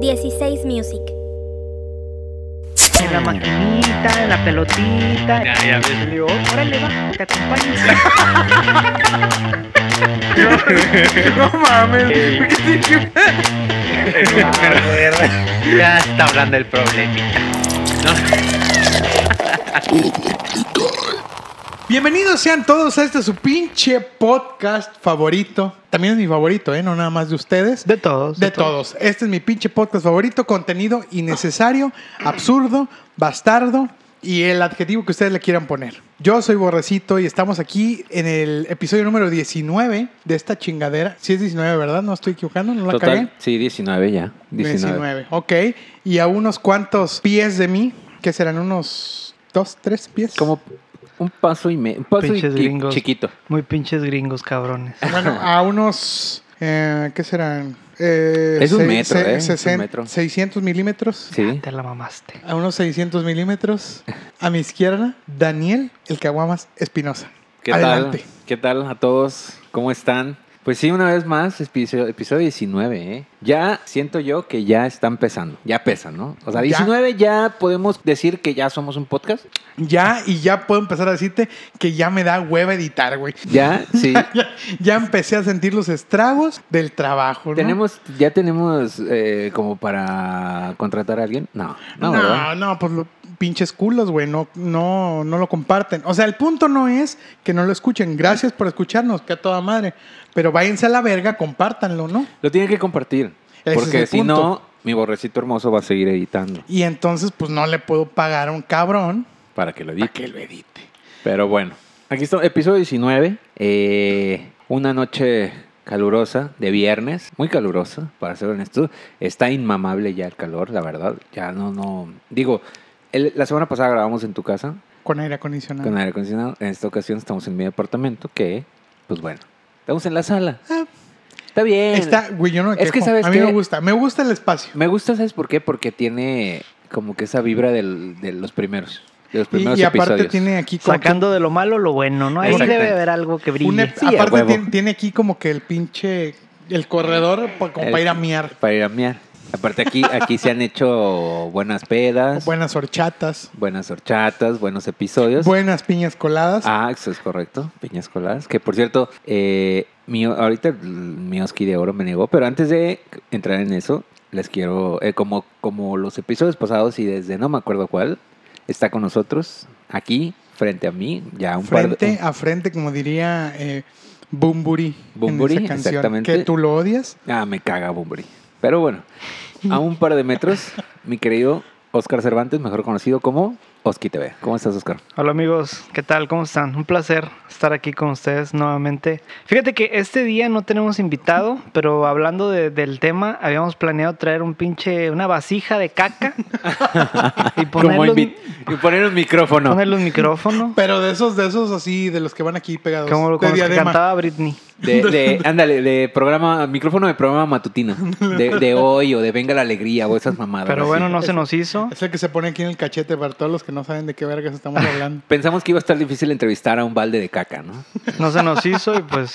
16 Music. En la maquinita, en la pelotita. Ya, ya ves. Le digo, órale, va, te acompaño. no, no mames. Ya está hablando el problemita. Bienvenidos sean todos a este su pinche podcast favorito. También es mi favorito, ¿eh? No nada más de ustedes. De todos. De todos. Este es mi pinche podcast favorito. Contenido innecesario, absurdo, bastardo y el adjetivo que ustedes le quieran poner. Yo soy Borrecito y estamos aquí en el episodio número 19 de esta chingadera. Si es 19, ¿verdad? No estoy equivocando, no la cagué. Total, sí, 19 ya. 19. 19. Ok. Y a unos cuantos pies de mí, que serán unos dos, tres pies. Como un paso y medio. Un paso y Pinches qui- gringos. chiquito. Muy pinches gringos, cabrones. Bueno, a unos. eh, ¿Qué serán? Eh, Es un se- metro, se- ¿eh? Es un sesen- metro. 600 milímetros. Sí. Ah, Te la mamaste. A unos 600 milímetros. A mi izquierda, Daniel El Caguamas Espinosa. ¿Qué Adelante. tal? ¿Qué tal a todos? ¿Cómo están? Pues sí, una vez más, episodio, episodio 19, ¿eh? Ya siento yo que ya está empezando. Ya pesan, ¿no? O sea, Ya. 19 ya podemos decir que ya somos un podcast. Ya, y ya puedo empezar a decirte que ya me da hueva editar, güey. Ya, sí. Ya empecé a sentir los estragos del trabajo, ¿no? tenemos, ya tenemos eh, como para contratar a alguien. No, No, no, ¿verdad? no, pues lo- pinches culos, güey. No, no, no lo comparten. O sea, el punto no es que no lo escuchen. Gracias por escucharnos, que a toda madre. Pero váyanse a la verga, compártanlo, ¿no? Lo tienen que compartir. Ese porque es el si punto. no, mi borrecito hermoso va a seguir editando Y entonces, pues no le puedo pagar a un cabrón para que lo edite. para que lo edite. Pero bueno, aquí está, episodio 19. eh, una noche calurosa de viernes, muy calurosa, para ser honesto. Está inmamable ya el calor, la verdad. Ya no, no. Digo, el- la semana pasada grabamos en tu casa Con aire acondicionado. con aire acondicionado. En esta ocasión estamos en mi departamento, que, pues bueno, estamos en la sala. Ah. Está bien. Está, güey, yo no me Es que quejo. ¿sabes A mí qué? me gusta. Me gusta el espacio. Me gusta, ¿sabes por qué? Porque tiene como que esa vibra del- de los primeros. De los Y, primeros y aparte episodios. tiene aquí como Sacando de lo malo lo bueno, ¿no? Ahí Exacto. debe haber algo que que un brille. ep- Sí, a aparte huevo. tiene, tiene aquí como que el pinche el corredor pa- como El- para ir a miar. Para ir a mear. Aparte aquí, aquí se han hecho buenas pedas, Buenas horchatas, buenas horchatas, buenos episodios. buenas piñas coladas. Ah, eso es correcto, piñas coladas. Que por cierto, eh, mi- ahorita mi Oski de Oro me negó, pero antes de entrar en eso, les quiero, eh, como, como los episodios pasados y desde no me acuerdo cuál, está con nosotros aquí, frente a mí, ya un par de... frente un- a frente, como diría eh, Bumburi. en Bumburi, esa canción, exactamente. Que tú lo odias. Ah, me caga Bumbri. Pero bueno, a un par de metros, mi querido Oscar Cervantes, mejor conocido como Oski TV. ¿Cómo estás, Oscar? Ah, Hola amigos, ¿qué tal? ¿Cómo están? Un placer estar aquí con ustedes nuevamente. Fíjate que este día no tenemos invitado, pero hablando de- del tema, habíamos planeado traer un pinche, una vasija de caca y ponerle un, y poner un micrófono. ponerle un micrófono, Pero de esos, de esos así, de los que van aquí pegados. como lo de que cantaba Britney. De, de- ándale, de programa, micrófono de programa matutino. De, de hoy o de Venga la Alegría o esas mamadas. Pero así. bueno, no se nos hizo. Es el que se pone aquí en el cachete para todos los que no saben de qué vergas estamos hablando. Pensamos que iba a estar difícil entrevistar a un balde de caca, ¿no? No se nos hizo y pues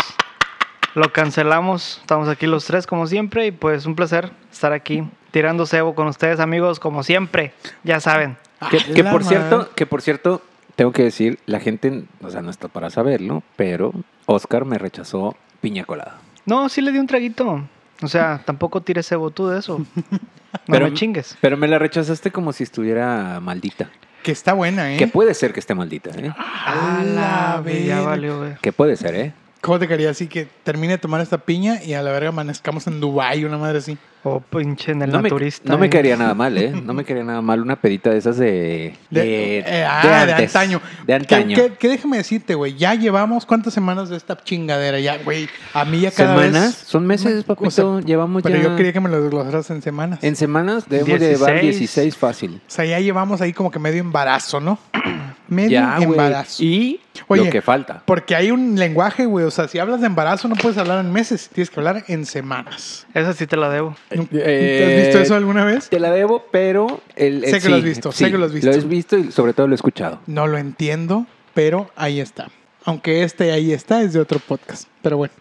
lo cancelamos. Estamos aquí los tres como siempre y pues un placer estar aquí tirando cebo con ustedes amigos como siempre. Ya saben. Que, Ay, que la por madre. cierto, que por cierto, tengo que decir, la gente, o sea, no está para saberlo, pero Oscar me rechazó piña colada. No, sí le di un traguito. O sea, tampoco tires cebo tú de eso. No Pero- me chingues. Pero me la rechazaste como si estuviera maldita. Que está buena, ¿eh? Que puede ser que esté maldita, ¿eh? A Ala, la güey, Ya verga. valió, güey. Que puede ser, ¿eh? ¿Cómo te quería así que termine de tomar esta piña y a la verga amanezcamos en Dubai una madre así? O Oh, pinche en el No me, naturista. no me ahí. quería nada mal, ¿eh? No me quería nada mal una pedita de esas de... De, eh, ah, de antes, antaño. De antaño. Que, que- que déjame decirte, güey, ya llevamos cuántas semanas de esta chingadera ya, güey. A mí ya cada ¿Semanas? vez... Son meses, papito. O sea, Llevamos Pero ya... yo quería que me lo desglosaras en semanas. En semanas debemos de llevar 16. 16 fácil. O sea, ya llevamos ahí como que medio embarazo, ¿no? medio Ya, güey. embarazo. Y Oye, lo que falta. Porque hay un lenguaje, güey. O sea, si hablas de embarazo no puedes hablar en meses, tienes que hablar en semanas. Esa sí te la debo. ¿Nun- Eh, ¿Has visto eso alguna vez? Te la debo, pero... El, el- Sé que lo has visto, sé que lo has visto. Lo has visto y sobre todo lo he escuchado. No lo entiendo, pero ahí está. Aunque este ahí está es de otro podcast. Pero bueno.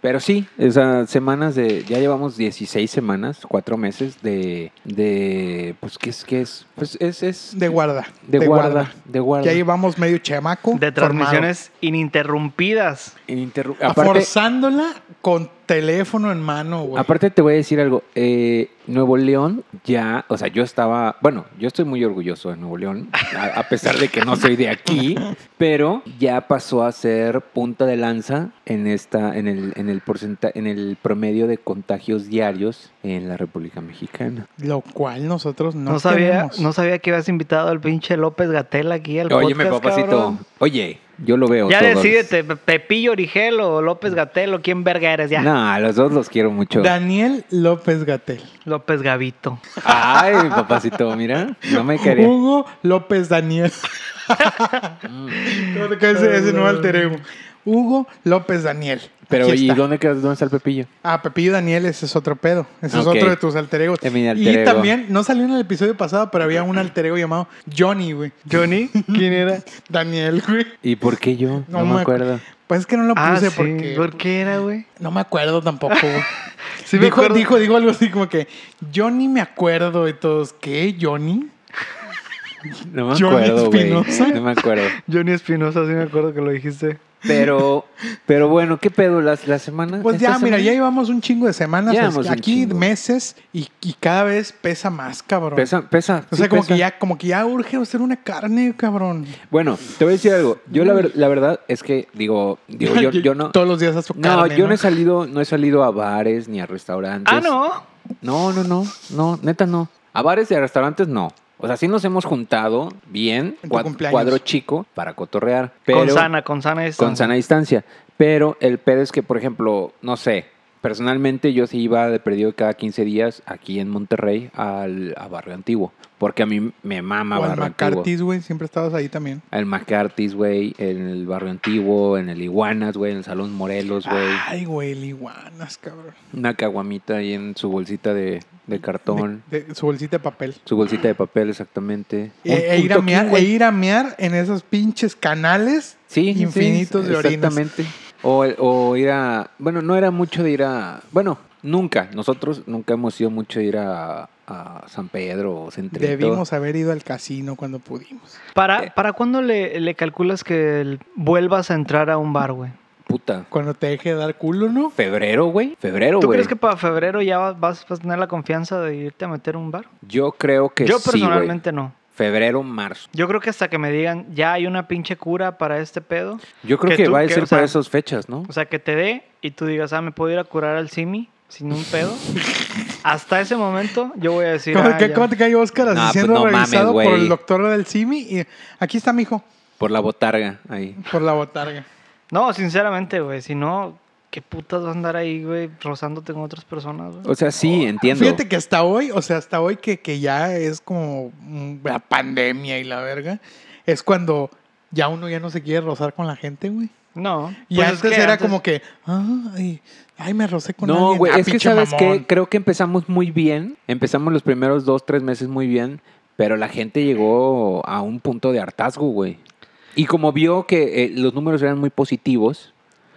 Pero sí, esas semanas de. Ya llevamos 16 semanas, 4 meses de. de pues, ¿qué es? ¿Qué es? Pues es. es De guarda. de guarda, De guarda. Ya llevamos medio Uh, chamaco. De transmisiones ininterrumpidas. Ininterru- formado. aparte- Forzándola con teléfono en mano, güey. Aparte te voy a decir algo, eh, Nuevo León ya, o sea, yo estaba, bueno, yo estoy muy orgulloso de Nuevo León, a, a pesar de que no soy de aquí, pero ya pasó a ser punta de lanza en esta, en el, en el porcenta- en el promedio de contagios diarios en la República Mexicana. Lo cual nosotros no, No, sabía, tenemos. no sabía que ibas invitado al pinche López Gatel aquí al Oye, mi podcast, papacito, cabrón. oye, yo lo veo. Ya todos. decídete, Pe- Pepillo Origel o López Gatel o quién verga eres ya. No, a los dos los quiero mucho. Daniel López Gatel. López Gavito. Ay, mi papacito, mira, no me quería. Hugo López Daniel. Mm. ¿Cómo te cae ese, ese nuevo alter ego? Hugo López Daniel. Pero, Aquí ¿y está. dónde, quedas- dónde está el Pepillo? Ah, Pepillo Daniel, ese es otro pedo. Ese Ok. es otro de tus alter egos. De mi alter y ego. también, no salió en el episodio pasado, pero había un alter ego llamado Johnny, güey. ¿Johnny? ¿Quién era? Daniel, güey. ¿Y por qué yo? No No, me me acu- acuerdo. Pues es que no lo Ah, puse sí. porque. ¿Por qué era, güey? No me acuerdo tampoco, güey. Sí me dijo, acuerdo. dijo, dijo algo así como que Johnny me acuerdo y todos, ¿qué? ¿Johnny? No me Johnny acuerdo, güey. Espinosa. No me acuerdo. Johnny Espinosa, sí me acuerdo que lo dijiste. Pero, pero bueno, ¿qué pedo? ¿Las, las semanas? Pues ya, mira, ya llevamos un chingo de semanas Llevamos es- un aquí, chingo. meses, y, y cada vez pesa más, cabrón. Pesa, pesa. o sea, sí como, pesa. Que ya, como que ya urge hacer una carne, cabrón. Bueno, te voy a decir algo. Yo la, ver- la verdad es que, digo, digo yo, yo no... Todos los días a su No, carne, yo no he salido, no he salido a bares ni a restaurantes. ah, no. No, no, no, no, neta no. A bares y a restaurantes no. O sea, sí nos hemos juntado bien, En tu cua- cumpleaños. cuadro chico, para cotorrear. Pero, con sana, con sana es. con sana distancia. Pero el pedo es que, por ejemplo, no sé, personalmente yo sí iba de perdido cada 15 días aquí en Monterrey al, a Barrio Antiguo. Porque a mí me mama O al Barrio Antiguo. McCarthy's, güey, siempre estabas ahí también. El McCarthy's, güey, en el Barrio Antiguo, en el Iguanas, güey, en el Salón Morelos, Pues, güey. Ay, güey, el iguanas, cabrón. Una caguamita ahí en su bolsita de, de cartón. De- de su bolsita de papel. Su bolsita de papel, exactamente. E, e ir a mear, e ir a mear en esos pinches canales Sí, sí, infinitos de orinas. Exactamente. O, el- o ir a. Bueno, no era mucho de ir a. Bueno, nunca. Nosotros nunca hemos ido mucho de ir a, a San Pedro o Centrito. Debimos haber ido al casino cuando pudimos. Eh. ¿Para, ¿Para cuándo le, le calculas que el- vuelvas a entrar a un bar, güey? Puta. Cuando te deje dar culo, ¿no? Febrero, güey. Febrero, ¿Tú güey. crees que para febrero ya vas, vas a tener la confianza de irte a meter a un bar? Yo creo que Yo sí, güey. personalmente no. Febrero, marzo. Yo creo que hasta que me digan, ya hay una pinche cura para este pedo. Yo creo Que que, tú- va a que, ser o sea, para esas fechas, ¿no? O sea, que te dé y tú digas, ah, me puedo ir a curar al simi sin un pedo. hasta ese momento yo voy a decir, ¿Cómo, ah, que- ya. cómo te cae Oscar así No, pues siendo no mames, revisado por güey. el doctor del Simi? Y aquí está mi hijo, Por la botarga ahí. por la botarga. No, sinceramente, güey, si no, ¿qué putas va a andar ahí, güey, rozándote con otras personas, güey? O sea, sí, entiendo. Fíjate que hasta hoy, o sea, hasta hoy que, que ya es como mm, la pandemia y la verga, es cuando ya uno ya no se quiere rozar con la gente, güey. No. Y pues es antes era antes- como que, ay, ay, me rocé con alguien. No, güey, Ah, es que pinche sabes mamón. que creo que empezamos muy bien. Empezamos los primeros dos, tres meses muy bien, pero la gente llegó a un punto de hartazgo, güey. Y como vio que eh, los números eran muy positivos,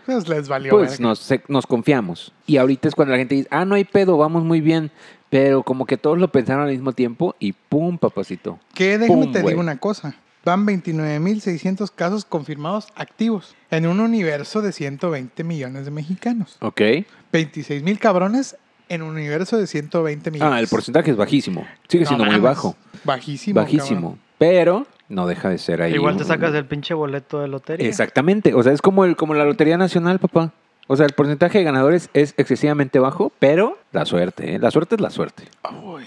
Pues les valió. pues verga. nos, se- nos confiamos. Y ahorita es cuando la gente dice, ah, no hay pedo, vamos muy bien. Pero como que todos lo pensaron al mismo tiempo y pum, papacito. Que déjame Pum, te güey. digo una cosa. Van 29.600 casos confirmados activos en un universo de 120 millones de mexicanos. Ok. 26.000 cabrones en un universo de 120 millones. Ah, el porcentaje es bajísimo. Sigue No siendo muy mames. bajo. Bajísimo. Bajísimo. cabrón. Pero no deja de ser ahí. Igual te un- sacas el pinche boleto de lotería. Exactamente. O sea, es como, el, como la Lotería Nacional, papá. O sea, el porcentaje de ganadores es excesivamente bajo, pero la suerte, ¿eh? La suerte es la suerte.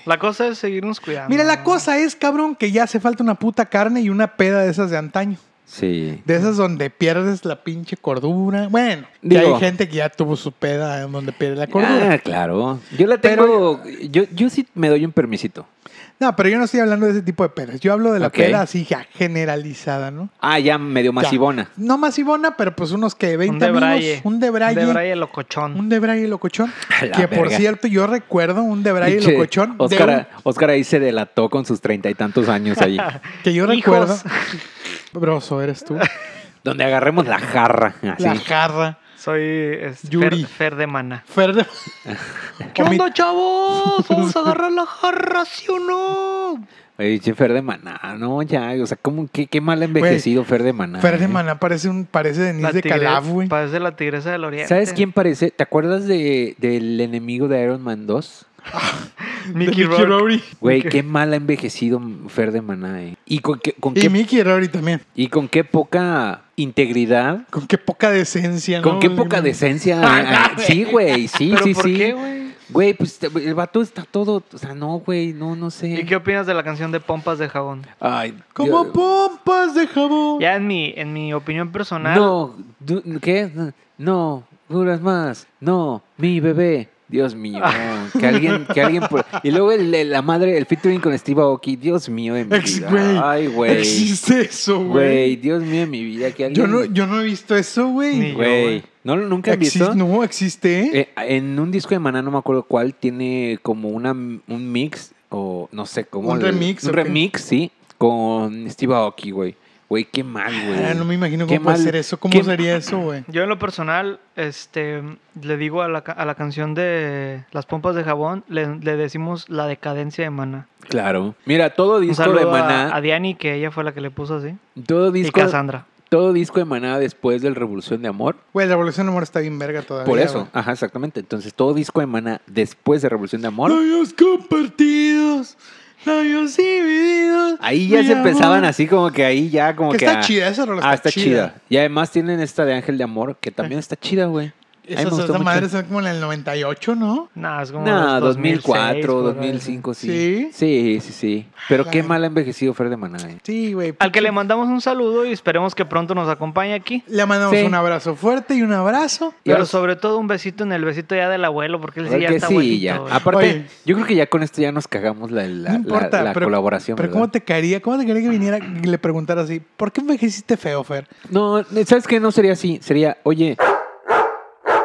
La cosa es seguirnos cuidando. Mira, la ¿no? cosa es, cabrón, que ya hace falta una puta carne y una peda de esas de antaño. Sí. De esas donde pierdes la pinche cordura. Bueno, que Digo- hay gente que ya tuvo su peda en donde pierde la cordura. Ah, claro. Yo la Pero- tengo. Yo, yo sí me doy un permisito. No, pero yo no estoy hablando de ese tipo de pedas. Yo hablo de la Ok. peda así ya generalizada, ¿no? Ah, ya medio masivona. No masivona, pero pues unos que 20 Un amigos, debraye. un debraye, Un debraye locochón. un debraye locochón. A la Que por verga. cierto, yo recuerdo un debraye Pinche locochón de Oscar, un- Oscar ahí se delató con sus treinta y tantos años ahí. que yo recuerdo. Hijos. Ah, Broso, eres tú. donde agarremos la jarra. Así. La jarra. Soy es, Yuri. Fer, Fer de Mana. Fer de- ¿Qué Omi- onda, chavos? Vamos a agarrar la jarra, ¿sí o no? Oye, che, Fer de Maná, no, ya, o sea, ¿cómo, qué, qué mal ha envejecido Fer de Maná. Fer de eh? Maná parece, un, parece La Denise de tigre- Calaf, güey. Parece la tigresa del oriente. ¿Sabes quién parece? ¿Te acuerdas de, del enemigo de Iron Man 2? Mickey De Rourke. Güey, qué mal ha envejecido Fer de Maná, eh. Y con qué, con Y qué, Mickey Rourke también. y con qué poca integridad, Con qué poca decencia, con ¿no? qué poca decencia. ah, sí, güey, sí, ¿Pero sí, por sí. qué, güey? Güey, pues te- el vato está todo, o sea, no, güey, no, no sé. ¿Y qué opinas de la canción de Pompas de Jabón? Ay, Como Dios. pompas de jabón. Ya en mi, en mi opinión personal, No, du- ¿qué? No, duras más. No, mi bebé. Dios mío, Ah. que alguien, que alguien por- Y luego el- el- la madre, el featuring con Steve Aoki, Dios mío de mi Ex- vida. güey, Ay, güey. Existe eso, Güey, güey. Dios mío de mi vida, que Yo alguien. no, yo no he visto eso, Ni güey. yo, Güey, ¿no, lo- ¿nunca han Exis- visto? No, existe. ¿eh? Eh, en un disco de Maná, no me acuerdo cuál, tiene como una, un mix, o no sé cómo. Un le- remix, Un ¿o qué? remix, sí, con Steve Aoki, güey. Güey, qué mal, güey. Ah, no me imagino Qué cómo puede mal- ser eso. qué ¿Cómo sería eso, güey? yo en lo personal, este, le digo a la, ca- a la canción de Las Pompas de Jabón, le, le decimos la decadencia de Mana. Claro. Mira, todo Un disco saludo de a- Maná. a, Diani, que ella fue la que le puso así. Todo disco, Y Cassandra. todo disco de Maná después del Revolución de Amor. Güey, la Revolución del Amor está bien verga todavía. Por Ah, eso, güey. ajá, exactamente. Entonces, todo disco de Maná después de Revolución de Amor. Labios compartidos, labios divididos. Ahí ya mi se amor. empezaban así como que ahí ya como Que que... está ah, chida esa rola. Ah, está chida. Y además tienen esta de Ángel de Amor que también está chida, güey. A mí me Esas gustó esas mucho. madres son como en el 98, ¿no? Nah, es como No, los 2006, 2004, por ahí. 2005, sí. ¿Sí? Sí, sí, sí. Pero La qué neta. mal ha envejecido Fer de Maná. eh. Sí, güey. Al que le mandamos un saludo y esperemos que pronto nos acompañe aquí. Le mandamos Sí. un abrazo fuerte y un abrazo. Y ahora- Pero sobre todo un besito en el besito ya del abuelo, porque él sí ya Porque está sí, abuelito, ya. güey. Aparte, Oye. yo creo que ya con esto ya nos cagamos la, la- no la- importa, la pero, colaboración. Pero ¿verdad? ¿cómo te caería? ¿Cómo te caería que viniera y le preguntara así? ¿Por qué envejeciste feo, Fer? No, ¿sabes qué? No sería así. Sería, oye.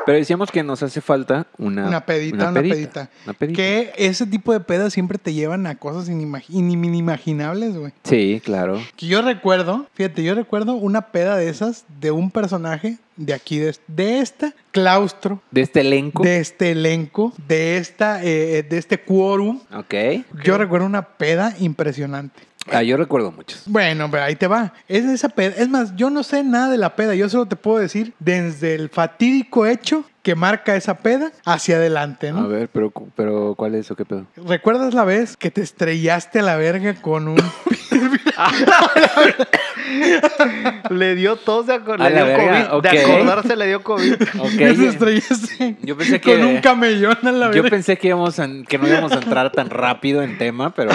Pero decíamos que nos hace falta una, Una pedita, una pedita. Una pedita. Que ese tipo de pedas siempre te llevan a cosas inimag- inim- inimaginables, güey. Sí, claro. Que yo recuerdo, fíjate, yo recuerdo una peda de esas de un personaje de aquí, de, de esta claustro, De este elenco. de este elenco, de, esta, eh, de este quórum. Ok. Yo recuerdo una peda impresionante. Ah, yo recuerdo muchos. Bueno, pero ahí te va. Es esa peda. Es más, yo no sé nada de la peda. Yo solo te puedo decir desde el fatídico hecho que marca esa peda hacia adelante, A ¿no? ver, pero, cu- pero ¿cuál es o qué pedo? ¿Recuerdas la vez que te estrellaste a la verga con un... Le dio tos de, acor- A le dio la verga, COVID. ok. De acordarse le dio COVID. Ok. te estrellaste Yo pensé que- con un camellón a la Yo verga. pensé que, íbamos a- que no íbamos a entrar tan rápido en tema, pero.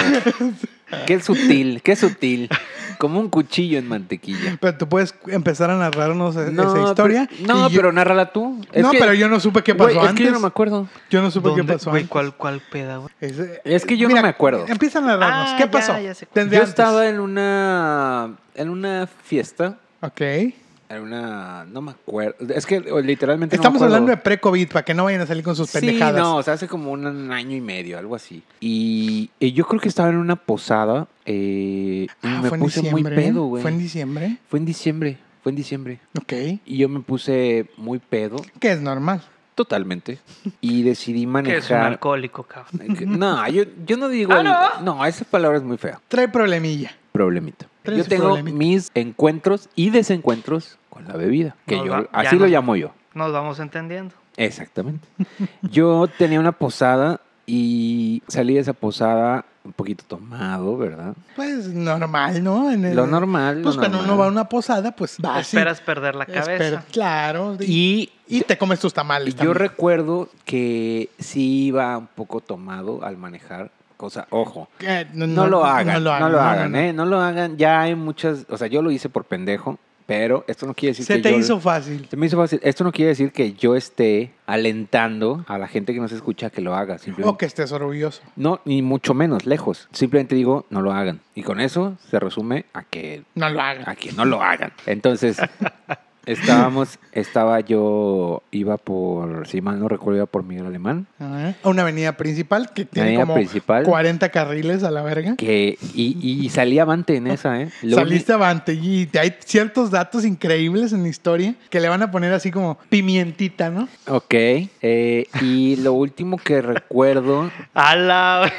Qué sutil, qué sutil. Como un cuchillo en mantequilla. Pero tú puedes empezar a narrarnos e- esa pero- historia. no, y yo- pero nárrala tú. Es No, que- pero yo no supe qué pasó Güey, Es antes. que yo no me acuerdo. Yo no supe qué ¿Dónde? pasó Güey, antes. ¿cuál, cuál peda, güey? Ese- Es que yo no me acuerdo. Empieza a narrarnos. Ah, ¿Qué ya, pasó? ya sé cuál. Desde Yo antes. estaba en una en una fiesta, Ok. en una no me acuerdo, es que o, literalmente no me Estamos acuerdo. hablando de pre-COVID, para que no vayan a salir con sus pendejadas. Sí, no, o sea, hace como un, año y medio, algo así. Y, y yo creo que estaba en una posada eh, y Ah, me fue en puse muy diciembre. pedo, güey. Fue en diciembre. Fue en diciembre, fue en diciembre. Ok. Y yo me puse muy pedo, Que es normal. totalmente, y decidí Que es un manejar. alcohólico, cabrón. No, yo, yo no digo. Ah, el- ¿no? no, esa palabra es muy fea. Trae problemilla. problemita. Traes Yo un tengo problemita. mis encuentros y desencuentros con la bebida, que Nos yo va- ya así lo nos- llamo yo. Nos vamos entendiendo. Exactamente. yo tenía una posada y salí de esa posada un poquito tomado, ¿verdad? Pues normal, ¿no? En el- Lo normal. Pues lo cuando normal. uno va a una posada, pues va así. Esperas perder la cabeza. Espera- Claro. Y, y y te comes tus tamales. yo también. recuerdo que sí iba un poco tomado al manejar, cosa, ojo, Eh, No, lo hagan, no lo hagan, no lo hagan, no, no. ¿eh? No lo hagan. Ya hay muchas, o sea, yo lo hice por pendejo, pero esto no quiere decir Se que te yo- hizo fácil. Se me hizo fácil. Esto no quiere decir que yo esté alentando a la gente que nos escucha a que lo haga. simplemente. O que estés orgulloso. No, ni mucho menos, lejos. Simplemente digo, no lo hagan. Y con eso se resume a que, No lo hagan. a que no lo hagan. Entonces, Estábamos, estaba yo, iba por, si mal no recuerdo, iba por Miguel Alemán. Ajá. ¿eh? A una avenida principal que tiene Ah. Avenida como principal. 40 carriles a la verga. Que, y, y salí avante en esa, ¿eh? Lo Saliste avante y te- hay ciertos datos increíbles en la historia que le van a poner así como pimientita, ¿no? uni- Ok. eh, y lo último que recuerdo. A la...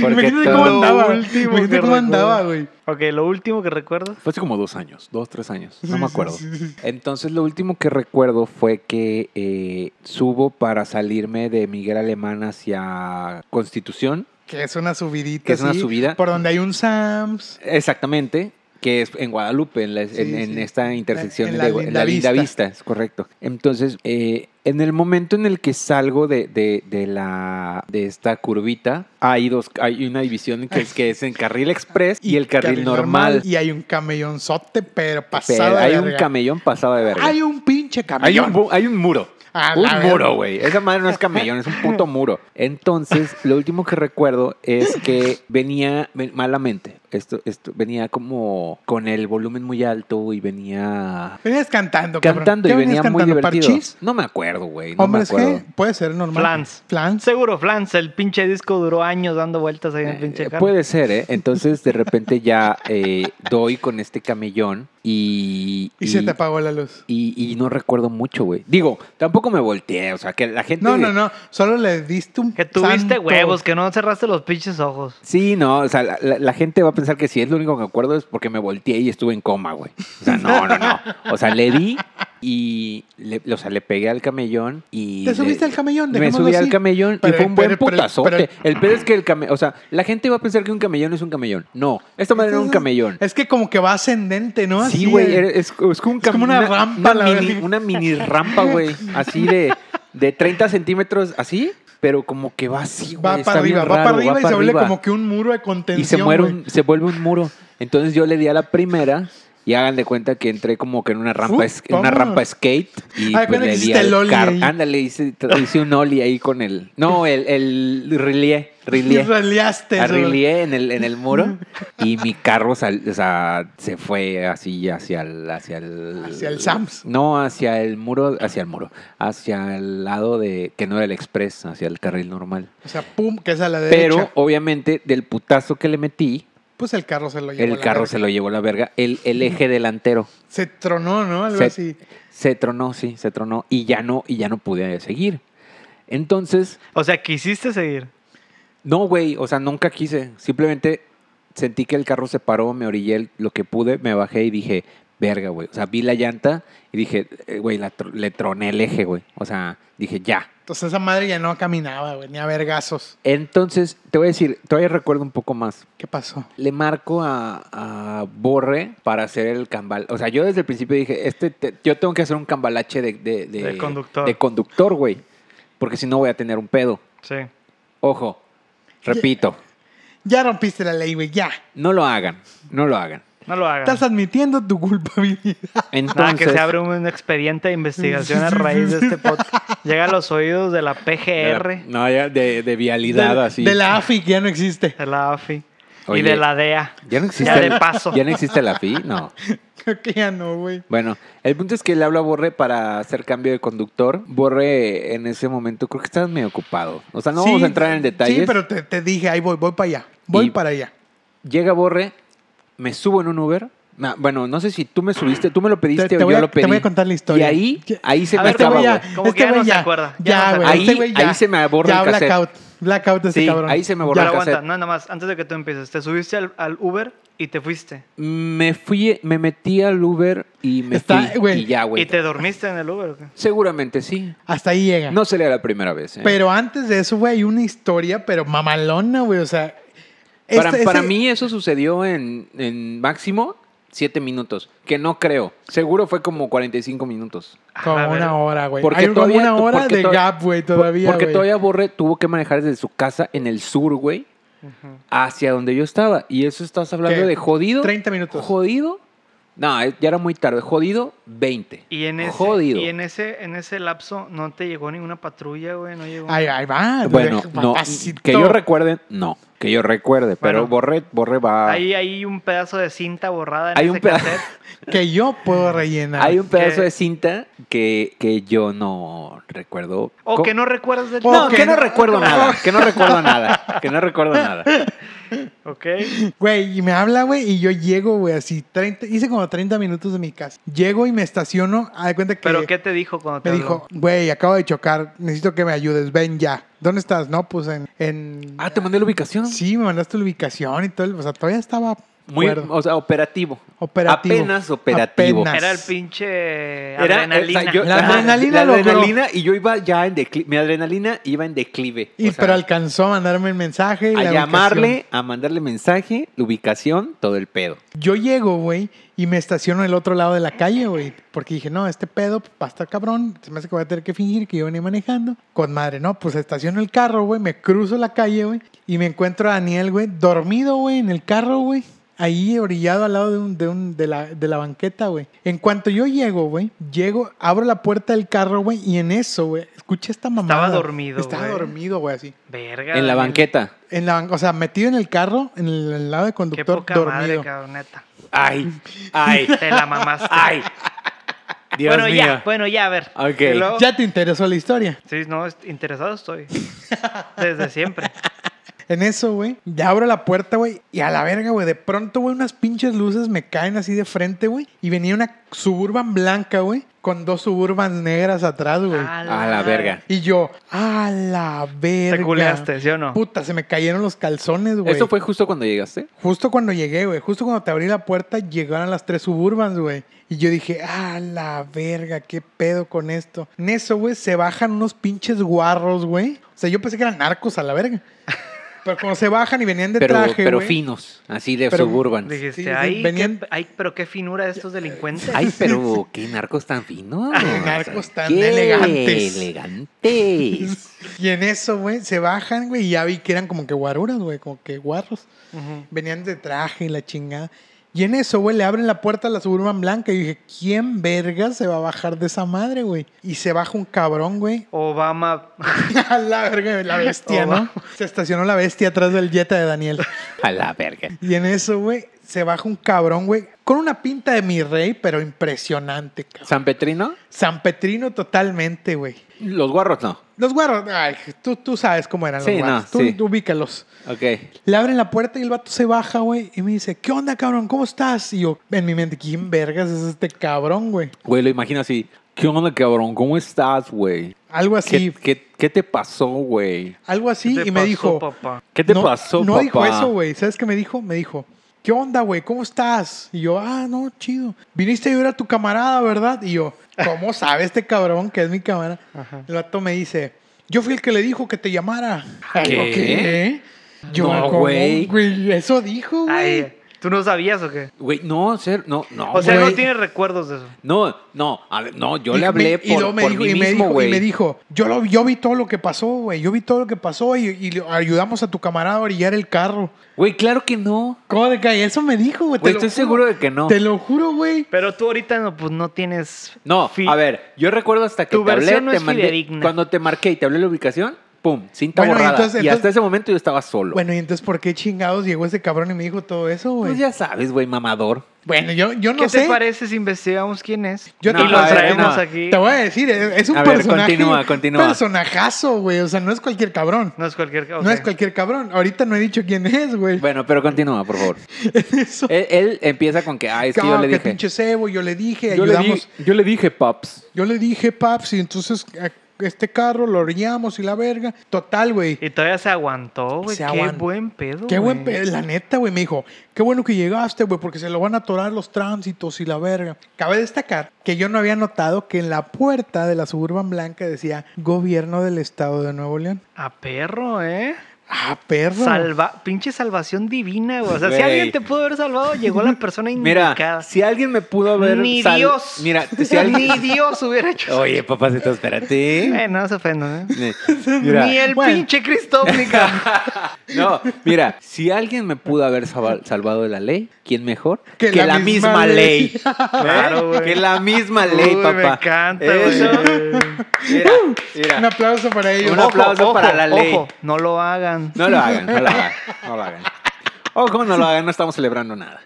Porque Imagínate cómo todo- andaba. Lo último Imagínate que cómo recuerdo. andaba, güey. Ok, lo último que recuerdo. Fue hace como dos años, dos, tres años, no Sí, me sí, acuerdo. sí, sí. Entonces lo último que recuerdo fue que eh, subo para salirme de Miguel Alemán hacia Constitución, Que es una subidita. que es una así, subida. Ah, Por donde hay un Sams. Exactamente, que es en Guadalupe, en, la- Sí, en- en sí. esta intersección En la de Gua- en la Linda Linda Vista. Vista, es correcto. Entonces, eh, en el momento en el que salgo de, de- de la, de esta curvita, hay dos, hay una división que, que es en carril express y, el carril, normal. Y hay un camellonzote, pero Pero pasado. de hay un verga. camellón pasado de verga. Hay un pinche Hay camellón. un, bu- hay un muro. A la un verga. muro, güey. Esa madre no es camellón, es un puto muro. Entonces, lo último que recuerdo es que venía ven- malamente. Esto, esto venía como con el volumen muy alto y venía Venías cantando, cabrón. cantando y ¿Qué venía venías muy cantando? divertido. ¿Parchís? No me acuerdo, güey. No Hombres me acuerdo. G, puede ser normal. Flans. Flans. Seguro, Flans, el pinche disco duró años dando vueltas ahí en el Eh, pinche carro. puede ser, ¿eh? Entonces, de repente ya eh, doy con este camellón y. Y, se te apagó la luz. y- y no recuerdo mucho, güey. Digo, tampoco me volteé, o sea, que la gente... No, no, no. Solo le diste un. Que tuviste santo. huevos, que no cerraste los pinches ojos. Sí, no, o sea, la, la- la gente va a pensar que si es lo único que me acuerdo es porque me volteé y estuve en coma, güey. O sea, no, no, no. O sea, le di y, le, o sea, le pegué al camellón y... Te le- subiste al camellón, Me dejémoslo subí al así. camellón Pero- y fue un buen pero- pero- putazote. pero- el pedo es que el camellón, o sea, la gente va a pensar que un camellón es un camellón. No, esta madre era un camellón. Es que como que va ascendente, ¿no? Sí, Así, güey, era- es, es como, un Es como cam- una rampa, la mini, verdad. una mini rampa, güey, así de, de 30 centímetros, así, pero como que va así, güey. Va está para bien arriba, va raro, para arriba y se vuelve arriba. como que un muro de contención. Y se, muere un- güey. se vuelve un muro. Entonces yo le di a la primera y hagan de cuenta que entré como que en una rampa, Uf, es- en una vámonos. rampa skate y Ah, claro pues que le di hiciste el al ollie car- ahí. Ándale, hice, hice un ollie ahí con el... No, el, el relié, Y relié. raleaste. güey. Arrilé en el, en el muro y mi carro sal- o sea, se fue así hacia el, hacia el... Hacia el Sams. No, hacia el muro, hacia el muro. Hacia el lado de... que no era el express, hacia el carril normal. O sea, pum, que es a la derecha. Pero obviamente del putazo que le metí, Pues el carro se lo llevó. el carro se lo llevó la verga. El, el eje delantero Se tronó, ¿no? Algo Se- así. se tronó, sí, se tronó y ya no, y ya no pude seguir. Entonces, O sea, quisiste seguir. no, güey, o sea, nunca quise. Simplemente sentí que el carro se paró, me orillé el- lo que pude, me bajé y dije, verga, güey. O sea, vi la llanta y dije, eh, güey, la tro- le troné el eje, güey. O sea, dije, ya, Entonces esa madre ya no caminaba, güey, ni a vergazos. Entonces, te voy a decir, todavía recuerdo un poco más. ¿Qué pasó? Le marco a, a Borre para hacer el cambal. O sea, yo desde el principio dije, este te- yo tengo que hacer un cambalache de, de, De conductor. de conductor, güey. Porque si no voy a tener un pedo. Sí. Ojo, repito, Ya rompiste la ley, güey, ya. no lo hagan, no lo hagan. No lo hagas. Estás admitiendo tu culpabilidad. Nada, Entonces, Ah, que se abre un expediente de investigación a raíz de este podcast. Llega a los oídos de la de la- PGR, no, ya de, de vialidad de, así. de la AFIC ya no existe. de la AFI y Oye, de la DEA. Ya no existe. Ya de el- paso. Ya no existe la FI, no. Creo que ya no, güey. Bueno, el punto es que le hablo a Borre para hacer cambio de conductor. Borre en ese momento creo que estabas medio ocupado. O sea, no Sí, vamos a entrar en detalles. Sí, pero te, te dije, ahí voy, voy para allá. Voy Y- para allá. Llega Borre, me subo en un Uber. Na- Bueno, no sé si tú me subiste, tú me lo pediste Te- te o voy yo a- lo te pedí. voy a contar la historia. Y ahí, ahí se A me ver, te acaba, voy a- güey. como que ya no se acuerda, ya no Ya, se güey. acuerda. este güey Ahí- ya. ahí se me borra Ya el cassette. blackout. Blackout de este Sí, cabrón. ahí se me borró Pero el aguanta, cassette. no, nada más, antes de que tú empieces, te subiste al, al Uber y te fuiste. Me fui, me metí al Uber y me Está, fui. güey. Y ya, ¿Y güey. te dormiste en el Uber o qué? Seguramente sí. Hasta ahí llega. No sería la primera vez. ¿eh? Pero antes de eso, güey, hay una historia, pero mamalona, güey. O sea. Para, este- para ese- mí eso sucedió en, en máximo siete minutos, que no creo. Seguro fue como 45 minutos. A Como ver. una hora, güey. Porque Hay como todavía- una hora porque de to- gap, güey, Por- todavía. Porque güey. todavía Borre tuvo que manejar desde su casa en el sur, güey, Ujú. hacia donde yo estaba. Y eso estás hablando ¿Qué? de jodido. 30 minutos. Jodido. No, eh, ya era muy tarde. Jodido, 20. Y en ese, Jodido. Y en ese, en ese lapso no te llegó ninguna patrulla, güey, no llegó. Ahí, ahí va. Bueno, Ah, deja- no, papacito. que yo recuerde, no. que yo recuerde, pero Bueno. Borre, Borre va... Ahí hay un pedazo de cinta borrada en ah. Hay ese un peda- cassette. Que yo puedo rellenar. Hay un pedazo que- de cinta que, que yo no recuerdo. O ¿Cómo? que no recuerdas del No, o que que no no- recuerdo nada, que no recuerdo nada, que no recuerdo nada. Ok. Güey, y me habla, güey, y yo llego, güey, así 30, hice como 30 minutos de mi casa. Llego y me estaciono, haz de cuenta que ¿Pero qué te dijo cuando te me habló? dijo, güey, acabo de chocar, necesito que me ayudes, ven ya. ¿Dónde estás? No, pues en... en- Ah, te mandé la ubicación. Sí, me mandaste la ubicación y todo, el- o sea, todavía estaba... Muy, cuerdo. o sea, operativo. Operativo. Apenas operativo. Apenas. Era el pinche Era, adrenalina. o sea, yo- La ajá, adrenalina la lo adrenalina y yo iba ya en declive. Mi adrenalina iba en declive. Y, O sea, pero alcanzó a mandarme el mensaje. y a la llamarle, a mandarle mensaje, la ubicación, todo el pedo. Yo llego, güey, y me estaciono del otro lado de la calle, güey. Porque dije, no, este pedo va a estar cabrón. Se me hace que voy a tener que fingir que yo venía manejando. Con madre, no, pues estaciono el carro, güey. Me cruzo la calle, güey. Y me encuentro a Daniel, güey, dormido, güey, en el carro, güey. Ahí orillado al lado de, un, de, un, de, la, de la banqueta, güey. En cuanto yo llego, güey, llego, abro la puerta del carro, güey, y en eso, güey, escuché esta mamada. dormido, Estaba güey. dormido, güey, así. Verga. En la Daniel. banqueta. En la, ban- o sea, metido en el carro, en el, el lado de Qué conductor, poca madre, dormido. cabrón, neta. Ay, ay, Te la mamaste. ay. Dios bueno, mío. ya, pues, bueno, ya, a ver. Ok. Y luego- ya te interesó la historia. Sí, no, est- interesado estoy. Desde siempre. En eso, güey. Ya abro la puerta, güey. Y a la verga, güey. De pronto, güey, unas pinches luces me caen así de frente, güey. Y venía una suburban blanca, güey. Con dos suburbans negras atrás, güey. A la verga. Y yo, a la verga. Te culeaste, ¿sí o no? Puta, se me cayeron los calzones, güey. ¿Eso fue justo cuando llegaste? Justo cuando llegué, güey. Justo cuando te abrí la puerta, llegaron las tres suburbans, güey. Y yo dije, ah, la verga, qué pedo con esto. En eso, güey, se bajan unos pinches guarros, güey. O sea, yo pensé que eran narcos a la verga. Pero cuando se bajan y venían de pero traje, pero güey. finos, así de Pero- suburban. Dijiste, Sí, sí, ay, venían- qué- ay, pero qué finura de estos delincuentes. Ay, pero qué narcos tan finos. Qué narcos tan Qué elegantes. elegantes. Y en eso, güey, se bajan, güey, y ya vi que eran como que guaruras, güey, como que guarros. Ujú. Venían de traje y la chingada. Y en eso, güey, le abren la puerta a la suburban blanca. Y dije, ¿quién verga se va a bajar de esa madre, güey? Y se baja un cabrón, güey. Obama. A la verga, la bestia, Oh, ¿no? Se estacionó la bestia atrás del Jetta de Daniel. A la verga. Y en eso, güey, se baja un cabrón, güey, con una pinta de mi rey, pero impresionante, cabrón. San Petrino, San Petrino totalmente, güey. los guarros no. Los guarros, ay, tú, tú sabes cómo eran Sí, los guarros. no, tú, sí. tú ubícalos. Ok. Le abren la puerta y el vato se baja, güey, y me dice, ¿qué onda, cabrón? ¿Cómo estás? Y yo, en mi mente, ¿quién vergas es este cabrón, güey? Güey, lo imagino así. ¿Qué onda, cabrón? ¿Cómo estás, güey? Algo ¿Qué, así, qué, qué te pasó, güey? algo así, ¿Qué te y me pasó, dijo, papá? ¿Qué te no, pasó, No papá? dijo eso, güey. ¿Sabes qué me dijo? Me dijo, ¿qué onda, güey? ¿Cómo estás? Y yo, ah, no, chido. Viniste a ver a tu camarada, ¿verdad? Y yo, ¿cómo sabe este cabrón que es mi camarada? El vato me dice, yo fui el que le dijo que te llamara. ¿Qué? Yo, Yo, No, ¿cómo, güey. güey? Eso dijo, güey. Ay, ¿tú no sabías o qué? Güey, no, ser, no, no, O sea, güey. no tienes recuerdos de eso. No, no, a ver, no, yo Y le me- hablé y luego por, por mí y me mismo, dijo- güey. Y me dijo, yo, lo, yo vi todo lo que pasó, güey. Yo vi todo lo que pasó y, y le- ayudamos a tu camarada a orillar el carro. Güey, claro que no. ¿Cómo de que eso me dijo, güey? Te Güey, lo juro. estoy seguro de que no. Te lo juro, güey. Pero tú ahorita no, pues, no tienes... No, fi- a ver, yo recuerdo hasta que Tu te hablé, versión no te es fidedigna. cuando te marqué y te hablé la ubicación, pum, cinta Bueno, y borrada. entonces- y hasta entonces- ese momento yo estaba solo. Bueno, y entonces, ¿por qué chingados llegó ese cabrón y me dijo todo eso, güey? pues ya sabes, güey, mamador. bueno, yo, yo no ¿Qué sé. te parece si investigamos quién es? Yo No, y te, voy lo a a ver, decir, traemos no. aquí. te voy a decir, es, es un A ver, personaje. continúa, continúa. Personajazo, güey. O sea, no es cualquier cabrón. No es cualquier... No ok. es cualquier cabrón. Ahorita no he dicho quién es, güey. Bueno, pero continúa, por favor. Eso. él, él empieza con que, ah, es que Ah, yo le qué dije. pinche cebo, yo le dije, Yo le, ayudamos. dije, yo le dije, paps. Yo le dije, paps, y entonces a- este carro lo orillamos y la verga. Total, güey. Y todavía se aguantó, güey. Se Qué aguantó. buen pedo, Qué buen güey. pe- la neta, güey, me dijo, qué bueno que llegaste, güey, porque se lo van a atorar los tránsitos y la verga. Cabe destacar que yo no había notado que en la puerta de la suburban blanca decía gobierno del estado de Nuevo León. A perro, ¿eh? Ah, perro. Salva, pinche salvación divina, güey. O sea, si Güey. alguien te pudo haber salvado, llegó la persona Mira, indicada. si alguien me pudo haber. Ni sal- Dios. Mira, si alguien. Ni Dios hubiera hecho eso. Oye, papacito, espérate. Eh, no se ofendan, ¿eh? Mira, Ni el Bueno. pinche Cristónica. no, mira, si alguien me pudo haber sal- salvado de la ley, ¿quién mejor? Que la misma ley. Claro, güey. ¿Eh? Que la misma ley, Uy, papá. Eh, me encanta, Eso. güey. Mira, mira. Un aplauso para ellos. Un aplauso para la ley. Ojo, no lo hagan. hagan. No lo hagan, no lo hagan, no lo hagan. O como no lo hagan, no estamos celebrando nada.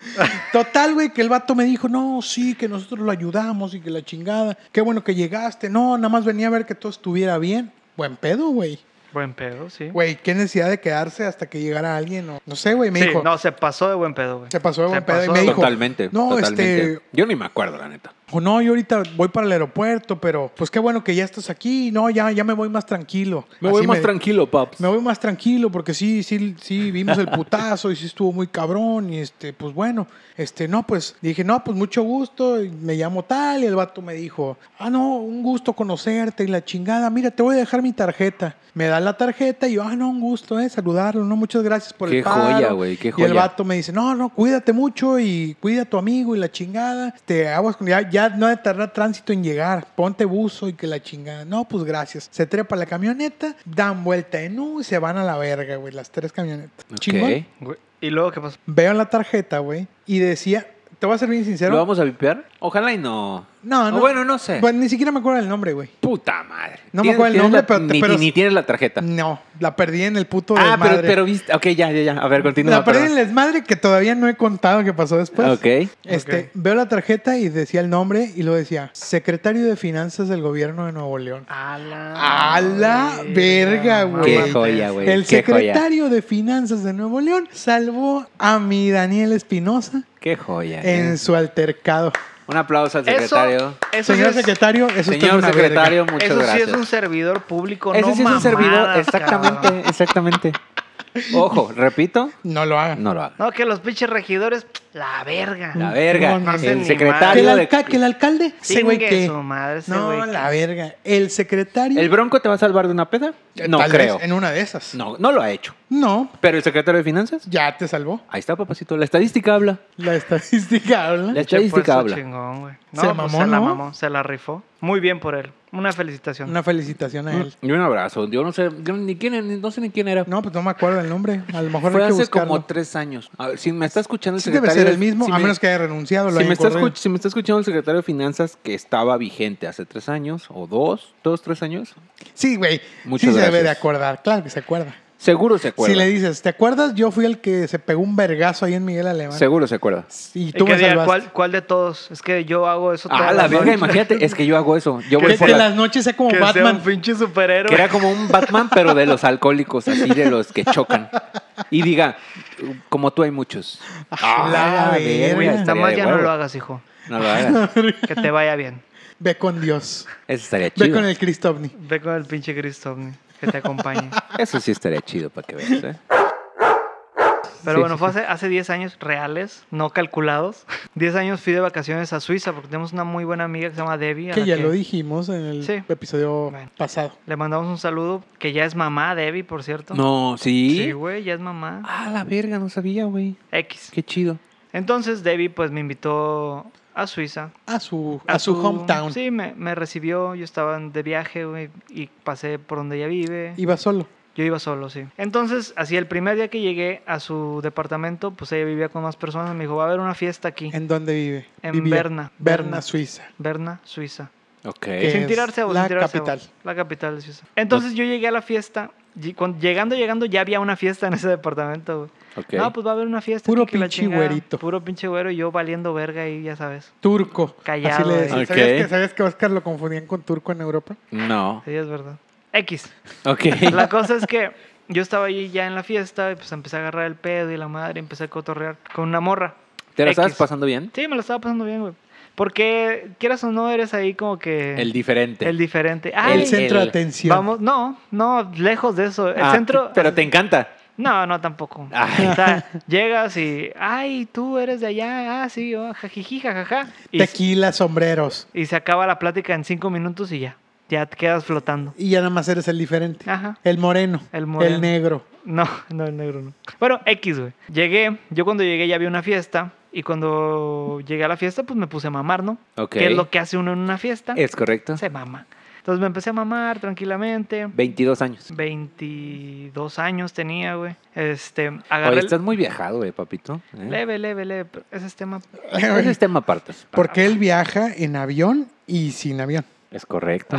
Total, güey, que el vato me dijo, no, sí, que nosotros lo ayudamos y que la chingada. Qué bueno que llegaste. No, nada más venía a ver que todo estuviera bien. Buen pedo, güey. Buen pedo, sí. Güey, qué necesidad de quedarse hasta que llegara alguien. O, no sé, güey, me Sí, dijo. no, se pasó de buen pedo, güey. Se pasó de buen pedo y pasó me de- dijo, totalmente. no, totalmente. este- Yo ni me acuerdo, la neta. O no, yo ahorita voy para el aeropuerto, pero pues qué bueno que ya estás aquí. No, ya, ya me voy más tranquilo. Me voy Así más tranquilo, paps. Me voy más tranquilo porque sí, sí, sí, vimos el putazo y sí estuvo muy cabrón y este, pues bueno, este, no, pues dije, no, pues mucho gusto, y me llamo tal y el vato me dijo, ah, no, un gusto conocerte y la chingada, mira, te voy a dejar mi tarjeta. Me da la tarjeta y yo, ah, no, un gusto, eh, saludarlo, no, muchas gracias por Qué el paro. joya, güey, qué Y el joya. vato me dice, no, no, cuídate mucho y cuida a tu amigo y la chingada, te aguas con, ya, ya no ha de tardar tránsito en llegar, ponte buzo y que la chingada. No, pues gracias. Se trepa la camioneta, dan vuelta en U y se van a la verga, güey, las tres camionetas. Ok. Chingón. Güey, ¿Y luego qué pasó? Veo la tarjeta, güey, y decía, te voy a ser bien sincero. ¿Lo vamos a vipear? Ojalá y no. No, O no. bueno, no sé. Bueno, ni siquiera me acuerdo del nombre, güey. Puta madre. No me Tienes- acuerdo el tienes nombre, la- pero- Ni, pero- ni tienes la tarjeta. No, la perdí en el puto ah, desmadre. pero, pero viste. Ok, ya, ya, ya. A ver, continúa. La perdí en el perdón. desmadre que todavía no he contado qué pasó después. Ok. Este, Ok. veo la tarjeta y decía el nombre y lo decía, Secretario de Finanzas del Gobierno de Nuevo Ah, León. A la, A la verga, güey. Qué joya, güey. El qué joya. secretario de Finanzas de Nuevo León salvó a mi Daniel Espinosa Qué joya. eh. en su altercado. Un aplauso al Eso, secretario. eso, Señor sí es- secretario, eso está en Señor una secretario, verga. muchas eso sí gracias. es un servidor público. Ese no sí es un mamadas, servidor. cabrón. Exactamente, exactamente. Ojo, repito, No lo hagan. no lo haga. No, que los pinches regidores, la verga. La verga. No, no. no, el Ni Que, el secretario. de- alca- que el alcalde, ese güey Chingue que... su madre, ese güey No, que- la verga. El secretario... ¿El bronco te va a salvar de una peda? No Eh, Tal vez creo. En una de esas. No, no lo ha hecho. No, Pero el secretario de finanzas, ya te salvó. ahí está, papacito. La estadística habla. La estadística habla. La Che, pues, estadística su habla. chingón, güey. Se No, pues, mamó, se la ¿no? mamó, se la rifó. Muy bien por él. Una felicitación. Una felicitación a él. Y un abrazo. Yo no sé yo ni quién, no sé ni quién era. No, pues no me acuerdo el nombre. A lo mejor Fue hay que hace buscarlo. como tres años. A ver, si me está escuchando el Sí debe secretario. ser el de- mismo, si a me- menos que haya renunciado. Lo Si hayan me, está corrido. escuch- si me está escuchando el secretario de Finanzas que estaba vigente hace tres años, o dos, dos, tres años, Sí, güey. Sí Muchas se debe gracias. de acordar. Claro que se acuerda. seguro se acuerda. Si le dices, ¿te acuerdas? Yo fui el que se pegó un vergazo ahí en Miguel Alemán. seguro se acuerda. Y Y tú que me diga, salvaste. ¿cuál, ¿Cuál de todos? Es que yo hago eso Ah, todas la las verga, noches. imagínate, es que yo hago eso. Yo Que, voy por que la- las noches sea como Que sea Batman. un pinche superhéroe. que era como un Batman, pero de los alcohólicos, así de los que chocan. Y diga, como tú hay muchos. Ah, la verga. Nada estaría más de ya no huevo. lo hagas, hijo. No lo hagas. Que te vaya bien. Ve con Dios. Eso estaría Ve chido. con el Cristovni. Ve con el pinche Cristo ovni, que te acompañe. Eso sí estaría chido para que veas. ¿eh? Pero Sí, bueno, sí, fue hace, hace 10 años reales, no calculados. 10 años fui de vacaciones a Suiza porque tenemos una muy buena amiga que se llama Debbie. a Que la ya lo dijimos en el Sí. episodio Bueno. pasado. Le mandamos un saludo, que ya es mamá Debbie, por cierto. No, sí. Sí, güey, ya es mamá. ah, la verga, no sabía, güey. X. Qué chido. Entonces Debbie pues me invitó a Suiza. A su, a su hometown. Sí, me, me recibió, yo estaba de viaje, güey, y pasé por donde ella vive. Iba solo. Yo iba solo, sí. Entonces, así el primer día que llegué a su departamento, pues ella vivía con más personas, me dijo, va a haber una fiesta aquí, ¿En dónde vive? En Vivía. Berna. Berna, Berna. Suiza. Berna, Suiza. Ok. Que Sin es tirarse a vos, la sin tirarse a vos. capital. La capital de Suiza. Entonces yo llegué a la fiesta. y cuando- llegando, llegando, ya había una fiesta en ese departamento. güey. Ok. No, pues va a haber una fiesta. Puro aquí que la pinche chingada. güerito. Puro pinche güero y yo valiendo verga y ya sabes. Turco. Callado, Así le eh. decían. Ok. ¿Sabías, que, sabías que a Oscar lo confundían con turco en Europa? No. Sí, es verdad. X. Ok. La cosa es que yo estaba ahí ya en la fiesta y pues empecé a agarrar el pedo y la madre, empecé a cotorrear con una morra. ¿Te la X. estabas pasando bien? Sí, me lo estaba pasando bien, güey. Porque quieras o no, eres ahí como que... El diferente. el diferente. El- Ay, el centro de el- atención. vamos, no, no, lejos de eso. El Ah, centro... Pero te encanta. No, no, tampoco. Ay. O sea, llegas y, ay, tú eres de allá, ah, sí, oh, jajiji, jajaja. Y, Tequila, sombreros. y se acaba la plática en cinco minutos y ya, ya te quedas flotando. Y ya nada más eres el diferente. Ajá. El moreno. El moreno. El negro. No, no, el negro no. Bueno, X, güey. Llegué, yo cuando llegué ya había una fiesta y cuando llegué a la fiesta pues me puse a mamar, ¿no? Ok. ¿Qué es lo que hace uno en una fiesta? Es correcto. Se mama. Entonces me empecé a mamar tranquilamente. 22 años. 22 años tenía, güey. Este, agarré... Oye, el- estás muy viajado, eh, papito. ¿eh? Leve, leve, leve. pero Ese es tema Ese es tema aparte. Porque él viaja en avión y sin avión. Es correcto.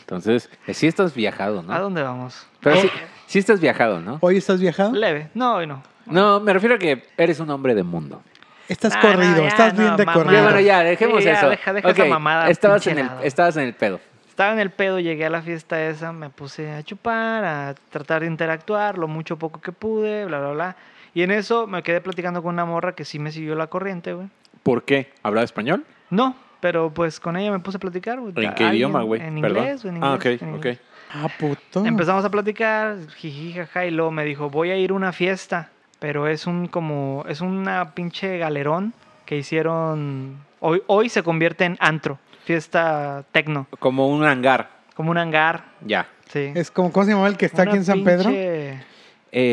Entonces, eh, sí estás viajado, ¿A ¿no? dónde vamos? ¿Eh? Pero sí, Sí estás viajado, ¿no? ¿Hoy estás viajado? Leve. No, hoy no. No, me refiero a que eres un hombre de mundo. Estás Ah, corrido, no, ya, estás bien no, de mamá. Ya, corrido. bueno, ya, dejemos Sí, ya, eso. deja- deja esa Ok, mamada, Estabas pinche en, el, helado. estabas en el pedo. Estaba en el pedo, llegué a la fiesta esa, me puse a chupar, a tratar de interactuar, lo mucho o poco que pude, bla, bla, bla. Y en eso me quedé platicando con una morra que sí me siguió la corriente, güey. ¿Por qué? ¿Hablaba español? No, pero pues con ella me puse a platicar, güey. ¿En qué Alguien- idioma, güey? En Perdón. inglés, güey, en Ah, ok, inglés, en ok. inglés. Ah, puto. Empezamos a platicar, jiji, jaja, y luego me dijo, voy a ir a una fiesta, pero es un como, es una pinche galerón que hicieron, hoy, hoy se convierte en antro, fiesta tecno, Como un hangar, como un hangar, ya. sí. Es como, ¿cómo se llamaba el que está aquí en San Pedro? Pedro?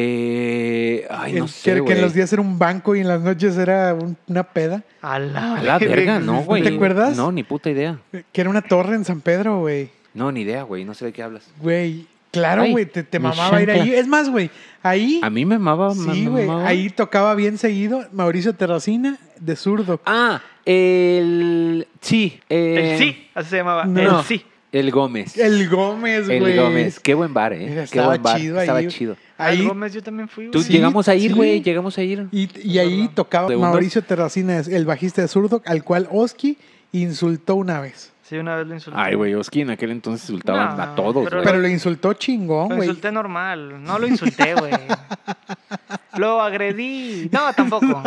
Eh, ay, no El que, sé, que en güey. los días era un banco y en las noches era un- una peda. A la A la verga, no, güey. ¿Te acuerdas? No, ni puta idea. Que era una torre en San Pedro, güey. No, ni idea, güey. No sé de qué hablas. Güey, claro, Ay, güey, te, te me mamaba ir chancla. ahí. Es más, güey, ahí... A mí me amaba. me- Sí, me güey, mamaba. ahí tocaba bien seguido Mauricio Terracina de zurdo. Ah, el... Sí. eh, El sí, así se llamaba, no, el sí. El Gómez. El Gómez, El güey. Gómez. Qué buen bar, Mira, ¿eh? estaba qué buen bar. chido ahí. estaba chido. Al Ahí, Ah, Gómez yo también fui, Tú güey. Sí, llegamos a ir, sí. güey. Llegamos a ir. y, y ahí tocaba ¿De Bundos? Mauricio Terracina, el bajista de zurdo, al cual Oski insultó una vez. Sí, una vez lo insulté. Ay, güey, Oski en aquel entonces insultaban No, a todos, pero- güey. Pero lo insultó chingón, Lo güey. insulté normal, no lo insulté, güey. lo agredí, no, tampoco.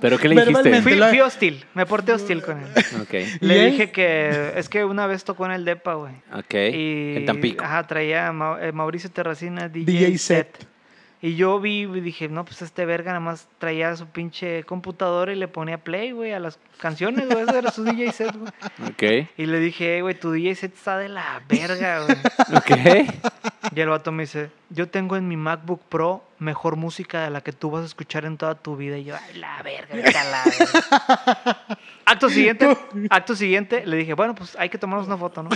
Pero, ¿qué le dijiste? verbalmente. Fui, lo- fui hostil, me porté hostil con él. Ok, ¿Y Le él? dije que es que una vez tocó en el Depa, güey. ok. Y, en Tampico. Ajá, traía a Mau- eh, Mauricio Terracina, DJ, DJ set. set. Y yo vi y dije, no, pues este verga nada más traía su pinche computadora y le ponía play, güey, a las canciones, güey. Ese era su DJ set, güey. Ok, Y le dije, "Eh, güey, tu DJ set está de la verga, güey. ok. Y el vato me dice, yo tengo en mi MacBook Pro mejor música de la que tú vas a escuchar en toda tu vida. Y yo, ay, la verga, vete a la verga". Acto siguiente, acto siguiente, le dije, bueno, pues hay que tomarnos una foto, ¿no?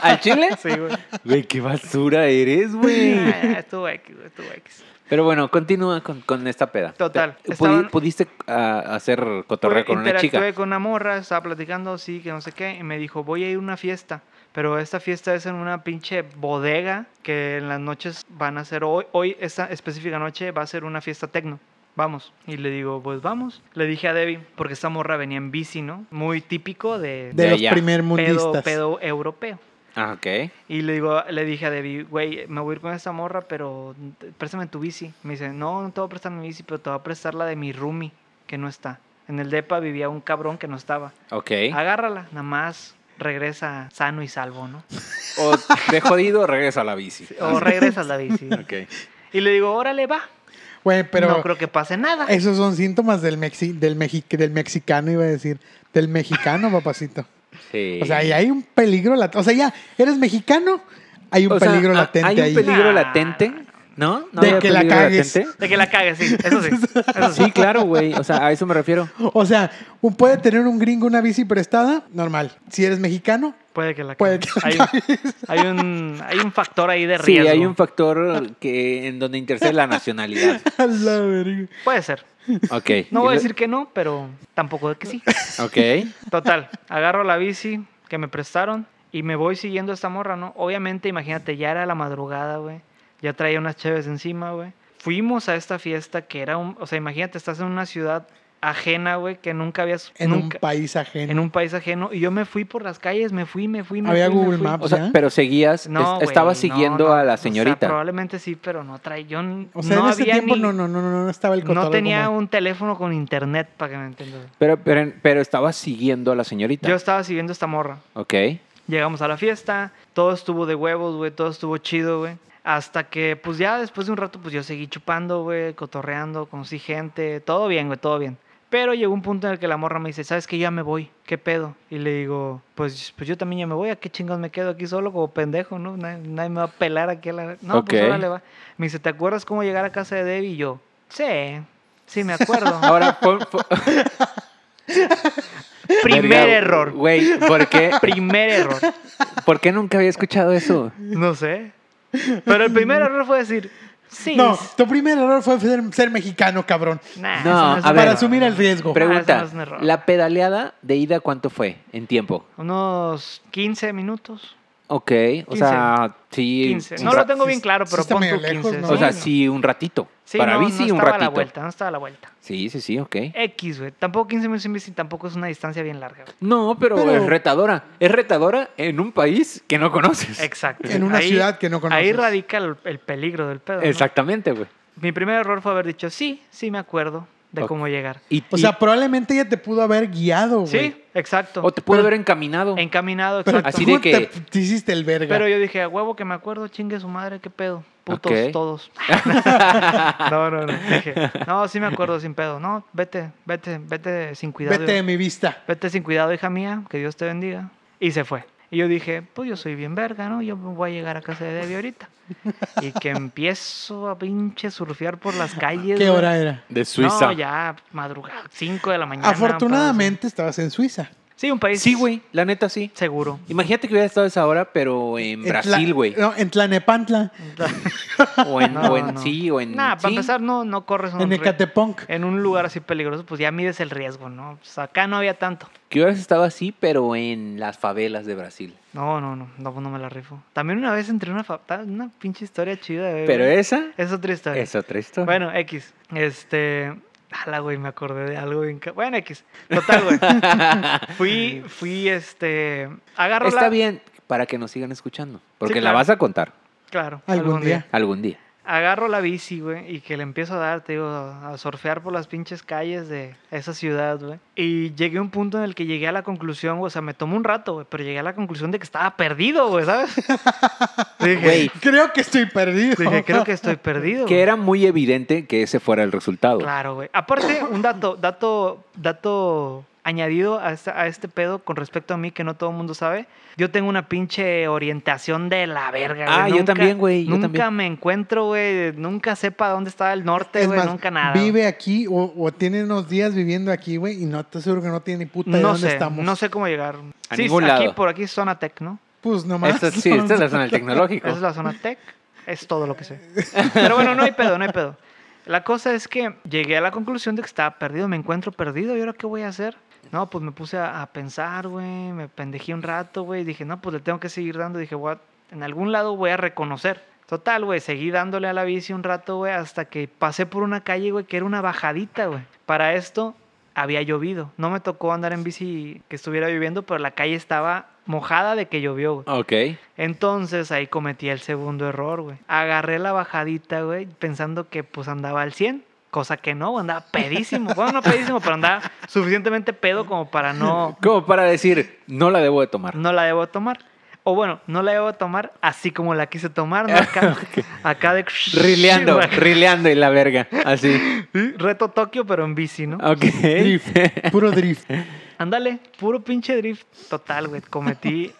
¿Al chile? Sí, güey. Güey, qué basura eres, güey. Ah, Estuvo X, güey, estuvo X. Pero bueno, continúa con, con esta peda. Total, Te- pudi- estaban- Pudiste ah, hacer cotorreo Pues, con una chica. Interactué con una morra, estaba platicando, sí, que no sé qué, y me dijo, voy a ir a una fiesta, pero esta fiesta es en una pinche bodega que en las noches van a ser, hoy, hoy esta específica noche va a ser una fiesta tecno. Vamos. Y le digo, pues vamos. Le dije a Debbie, porque esta morra venía en bici, ¿no? Muy típico de, De, De los allá. primer pedo, mundistas. pedo europeo. Ah, ok. Y le digo, le dije a Debbie, güey, me voy a ir con esta morra, pero t- préstame tu bici. Me dice, no, no te voy a prestar mi bici, pero te voy a prestar la de mi roomie, que no está. En el DEPA vivía un cabrón que no estaba. Ah, Ok. Agárrala, nada más regresa sano y salvo, ¿no? O de jodido, regresa a la bici. O regresas la bici. Ok. Y le digo, órale, va. Güey, pero no creo que pase nada. esos son síntomas del, mexi del, mexi- del mexicano, iba a decir. Del mexicano, papacito. Sí. O sea, ahí hay un peligro latente. O sea, ya, eres mexicano, hay un O sea, peligro ah, latente Hay un ahí. peligro Nah. latente, ¿no? ¿No De había que la peligro cagues. latente? De que la cague, sí. Eso sí. Eso sí. Sí, claro, güey. O sea, a eso me refiero. O sea, un- puede tener un gringo una bici prestada, normal. Si eres mexicano, Puede que la Puede cague. que la Hay, un- hay un, hay un factor ahí de Sí, riesgo. hay un factor que en donde intercede la nacionalidad. a la verga. Puede ser. Ok. No voy a decir que no, pero tampoco que sí. Ok. Total, agarro la bici que me prestaron y me voy siguiendo a esta morra, ¿no? Obviamente, imagínate, ya era la madrugada, güey. Ya traía unas chéves encima, güey. Fuimos a esta fiesta que era un... O sea, imagínate, estás en una ciudad ajena, güey, que nunca habías... En nunca- un país ajeno. En un país ajeno. Y yo me fui por las calles, me fui, me fui, me Había fui, me Google fui. Maps. O sea, ¿Ya? pero seguías, No, es- estabas güey, no, siguiendo no. a la O sea, señorita. probablemente sí, pero no traía... Yo n- O sea, no en ese había tiempo ni- no, no, no, no, no estaba el cotorreo no tenía como- un teléfono con internet, para que me entiendas. pero, pero, pero estabas siguiendo a la señorita. Yo estaba siguiendo a esta morra. Ok. Llegamos a la fiesta, todo estuvo de huevos, güey, todo estuvo chido, güey. Hasta que, pues ya después de un rato, pues yo seguí chupando, güey, cotorreando, conocí gente, todo bien, güey, todo bien. Pero llegó un punto en el que la morra me dice, ¿sabes qué? Ya me voy, ¿qué pedo? Y le digo, pues, pues yo también ya me voy, ¿a qué chingados me quedo aquí solo como pendejo, no? Nadie, nadie me va a pelar aquí a la... No, Ok. pues órale, va. Me dice, ¿te acuerdas cómo llegar a casa de Debbie? Y yo, sí, sí me acuerdo. Ahora, pon- pon- Primer Verga, error, Güey, ¿por qué, primer error. por qué nunca había escuchado eso? No sé. Pero el primer error fue decir, sí. No, tu primer error fue ser, ser mexicano, cabrón. Nah, eso No, es a un ver. Para error. asumir el riesgo. Pero- Pregunta, no es un error. ¿la pedaleada de ida cuánto fue en tiempo? Unos 15 minutos. Ok, o sea, sí. 15. un No ra- lo tengo bien sí, claro, sí pero está pon medio tú lejos, 15. ¿no? O sea, Sí, sí, un ratito. Sí, Para no, mí no sí, un estaba a la ratito. vuelta, Eh, no estaba a la vuelta. Sí, sí, sí, ok. X, güey. Tampoco 15 minutos en bici tampoco es una distancia bien larga. güey. No, pero, Pero- es retadora. Es retadora en un país que no conoces. Exacto. En una Ahí- ciudad que no conoces. Ahí radica el, el peligro del pedo. ¿no? Exactamente, güey. Mi primer error fue haber dicho, sí, sí me acuerdo de Ok. cómo llegar. Y, O y- sea, probablemente ella te pudo haber guiado, Oh, güey. Sí, exacto. o te puede haber encaminado. Encaminado, Pero exacto. así tú de que- te, te hiciste el verga. Pero yo dije, a huevo que me acuerdo, chingue su madre, qué pedo. Putos Ok. todos. no, no, no. Dije, no, sí me acuerdo sin pedo. No, vete, vete, vete sin cuidado. Vete de mi vista. Vete sin cuidado, hija mía, que Dios te bendiga. Y se fue. Y yo dije, pues yo soy bien verga, ¿no? Yo me voy a llegar a casa de Debbie ahorita. Y que empiezo a pinche surfear por las calles. ¿Qué güey. hora era? De Suiza. No, ya madrugada, 5 de la mañana. Afortunadamente estabas en Suiza. pues, Sí, un país. Sí, güey, la neta sí. Seguro. Imagínate que hubiera estado a esa hora, pero en Tla- Brasil, güey. No, en Tlanepantla, O en, No, o en no. sí, o en. Nada, para sí. empezar, no, no corres un en ri- Ecatepunk. en un lugar así peligroso, pues ya mides el riesgo, ¿no? Pues acá no había tanto. Que hubieras estado así, pero en las favelas de Brasil. No, no, no, no, no me la rifo. También una vez entré en una, fa- ta- una pinche historia chida. güey. Pero esa Es otra historia. es otra historia. Bueno, X. Este. Ala, güey, me acordé de algo bien. ca- Bueno, X. Total, güey. fui, fui, este. Agarro Está la- bien para que nos sigan escuchando. Porque la claro. vas a contar Claro. Algún día. algún día. Agarro la bici, güey, y que le empiezo a dar, te digo, a surfear por las pinches calles de esa ciudad, güey. Y llegué a un punto en el que llegué a la conclusión, güey, o sea, me tomó un rato, güey, pero llegué a la conclusión de que estaba perdido, güey, ¿sabes? dije, Güey, Creo que estoy perdido. dije, creo que estoy perdido. que güey. era muy evidente que ese fuera el resultado. Claro, güey. Aparte, un dato, dato, dato añadido a, esta- a este pedo con respecto a mí que no todo el mundo sabe. Yo tengo una pinche orientación de la verga, güey. Ah, yo también, güey, yo Nunca también. me encuentro, güey. Nunca sepa dónde está el norte, Es güey. más, Nunca nada. güey. Vive aquí o, o tiene unos días viviendo aquí, güey, y no te seguro que no tiene ni puta idea de No dónde sé, estamos. no sé cómo llegar. A sí, ningún aquí, lado. por aquí es zona tech, ¿no? Pues nomás. Esta, sí, esta es la zona del tecnológico. Esa es la zona tech, es todo lo que sé. Pero bueno, no hay pedo, no hay pedo. La cosa es que llegué a la conclusión de que estaba perdido, me encuentro perdido, ¿y ahora qué voy a hacer? No, pues me puse a, a pensar, güey, me pendejé un rato, güey, dije, no, pues le tengo que seguir dando, dije, what, en algún lado voy a reconocer. Total, güey, seguí dándole a la bici un rato, güey, hasta que pasé por una calle, güey, que era una bajadita, güey. Para esto había llovido, no me tocó andar en bici que estuviera lloviendo, pero la calle estaba mojada de que llovió, güey. Ok. Entonces ahí cometí el segundo error, güey. Agarré la bajadita, güey, pensando que pues andaba al 100, cosa que no, güey, andaba pedísimo. Bueno, no pedísimo, pero andaba suficientemente pedo como para no, Como para decir, no la debo de tomar. no la debo tomar. O bueno, no la debo tomar así como la quise tomar, ¿no? Acá, acá de... Rileando, rileando y la verga. Así. Reto Tokio, pero en bici, ¿no? Ok. Drift, puro drift. Ándale, puro pinche drift. Total, güey. Cometí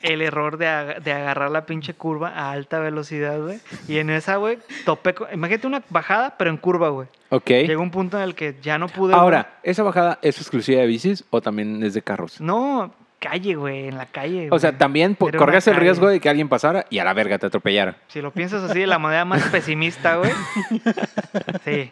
el error de, aga- de agarrar la pinche curva a alta velocidad, güey. Y en esa, güey, topé. con- Imagínate una bajada, pero en curva, güey. Ok. Llegó un punto en el que ya no pude. güey. ¿Eh? Ahora, ¿esa bajada es exclusiva de bicis o también es de carros? No, calle, güey, en la calle. O sea, güey. también po- Era una corrías el calle. riesgo de que alguien pasara y a la verga te atropellara. Si lo piensas así de la manera más pesimista, güey. Sí.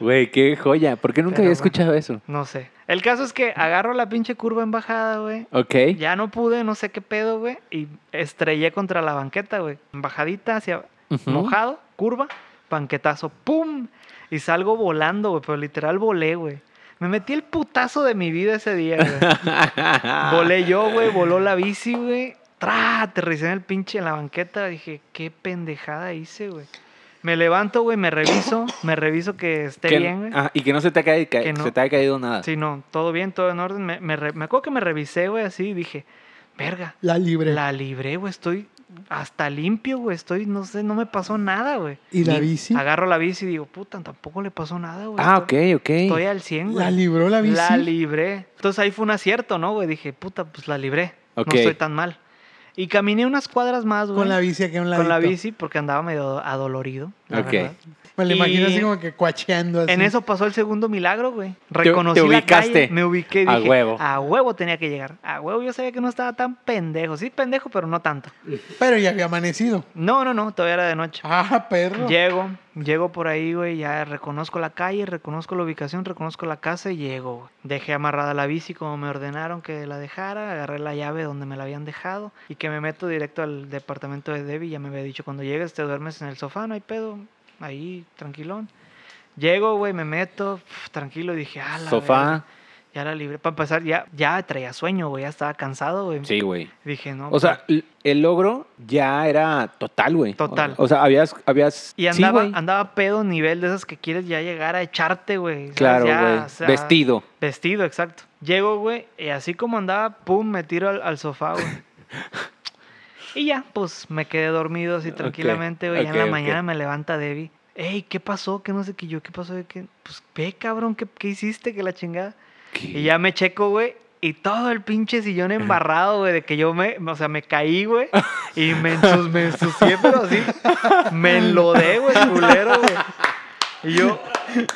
Güey, qué joya. ¿Por qué nunca Pero había bueno. escuchado eso? No sé. El caso es que agarro la pinche curva en bajada, güey. Ok. Ya no pude, no sé qué pedo, güey. Y estrellé contra la banqueta, güey. Bajadita hacia Ujú. mojado, curva, banquetazo, ¡pum! Y salgo volando, güey. Pero literal volé, güey. Me metí el putazo de mi vida ese día, güey. volé yo, güey. Voló la bici, güey. ¡Tra! Aterricé en el pinche en la banqueta. Dije, qué pendejada hice, güey. Me levanto, güey, me reviso, me reviso que esté Que- bien, güey. ah, y que no se te, ha caído, ca- Que no. se te haya caído nada. Sí, no, todo bien, todo en orden. Me, me re- me acuerdo que me revisé, güey, así y dije, verga, La libre. la libré, güey, estoy hasta limpio, güey, estoy, no sé, no me pasó nada, güey. ¿Y la Ni- bici? Agarro la bici y digo, puta, tampoco le pasó nada, güey. Ah, ok, estoy- ok. Estoy al 100, güey. ¿La libró la bici? La libré. Entonces ahí fue un acierto, ¿no, güey? Dije, puta, pues la libré. Ok. No estoy tan mal. Y caminé unas cuadras más, güey. Con la bici aquí a un lado. Con la bici, porque andaba medio adolorido. la Ok. verdad. Me lo imagino Y- así como que cuacheando así. En eso pasó el segundo milagro, güey. te Reconocí la ubicaste. calle, me ubiqué y A dije, huevo. a huevo tenía que llegar. A huevo yo sabía que no estaba tan pendejo. Sí, pendejo, pero no tanto. Pero ya había amanecido. No, no, no, todavía era de noche. Ah, perro. Llego, llego por ahí, güey, ya reconozco la calle, reconozco la ubicación, reconozco la casa y llego. güey. Dejé amarrada la bici como me ordenaron que la dejara, agarré la llave donde me la habían dejado y que me meto directo al departamento de Debbie. Ya me había dicho, cuando llegues te duermes en el sofá, no hay pedo, ahí, tranquilón. Llego, güey, me meto, pf, tranquilo, dije, ah, la verga, Sofá. Ya la libre. Para empezar, ya, ya traía sueño, güey, ya estaba cansado, güey. Sí, güey. Dije, no. O sea, l- el logro ya era total, güey. Total. O, o sea, habías, habías. Y sí, andaba, güey. andaba pedo nivel de esas que quieres ya llegar a echarte, güey. ¿sabes? Claro, Ya, güey. o sea, Vestido. Vestido, exacto. Llego, güey, y así como andaba, pum, me tiro al, al sofá, güey. y ya, pues me quedé dormido así Ok, tranquilamente, güey. ya en ok, la ok. mañana me levanta Debbie. Ey, ¿qué pasó? ¿Qué no sé qué yo? ¿Qué pasó? ¿Qué? Pues ve, cabrón, ¿qué, qué hiciste? Que la chingada. Y ya me checo, güey. Y todo el pinche sillón embarrado, güey, de que yo me, o sea, me caí, güey. Y me, ensus, me ensucié, pero así. Me enlodé, güey, culero, güey. Y yo,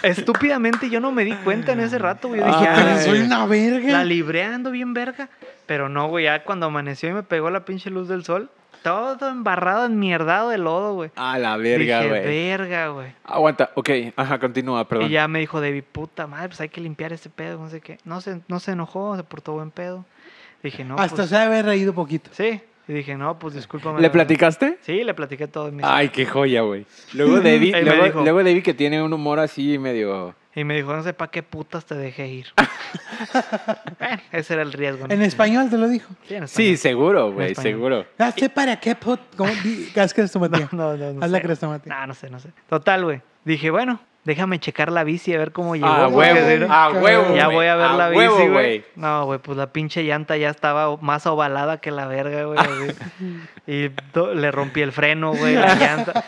estúpidamente, yo no me di cuenta en ese rato, güey. Yo dije, Ah, "Ah, Pero Ay. soy una la verga. libré ando bien verga. Pero no, güey, ya cuando amaneció y me pegó la pinche luz del sol, todo embarrado, enmierdado de lodo, güey. A la verga, Dije, güey. verga, güey. Aguanta, ok. Ajá, continúa, perdón. Y ya me dijo Debbie, puta madre, pues hay que limpiar este pedo, no sé qué. No se, no se enojó, se portó buen pedo. Dije, no, Hasta pues, se había reído poquito. sí. Y dije, no, pues discúlpame. la ¿Le verdad". platicaste? Sí, le platiqué todo. mis- Ay, qué joya, güey. Luego Debbie, Ahí me dijo. luego, luego Debbie que tiene un humor así medio. Y me dijo, no sé para qué putas te dejé ir. Bueno, ese era el riesgo. ¿no? En español te lo dijo. Sí, en Sí, español. seguro, güey, español. seguro. No sé para qué pot. ¿Cómo? di- Haz crestomatía. No, no, no. Haz la sé. crestomatía. Ah, no sé, no sé. Total, güey. Dije, bueno, déjame checar la bici a ver cómo llegó. A porque si Ah, huevo, no- a huevo. Ya güey, ah, voy a ver la bici, huevo, güey. No, güey, pues la pinche llanta ya estaba o- más ovalada que la verga, güey. así. y to- le rompí el freno, güey, la llanta.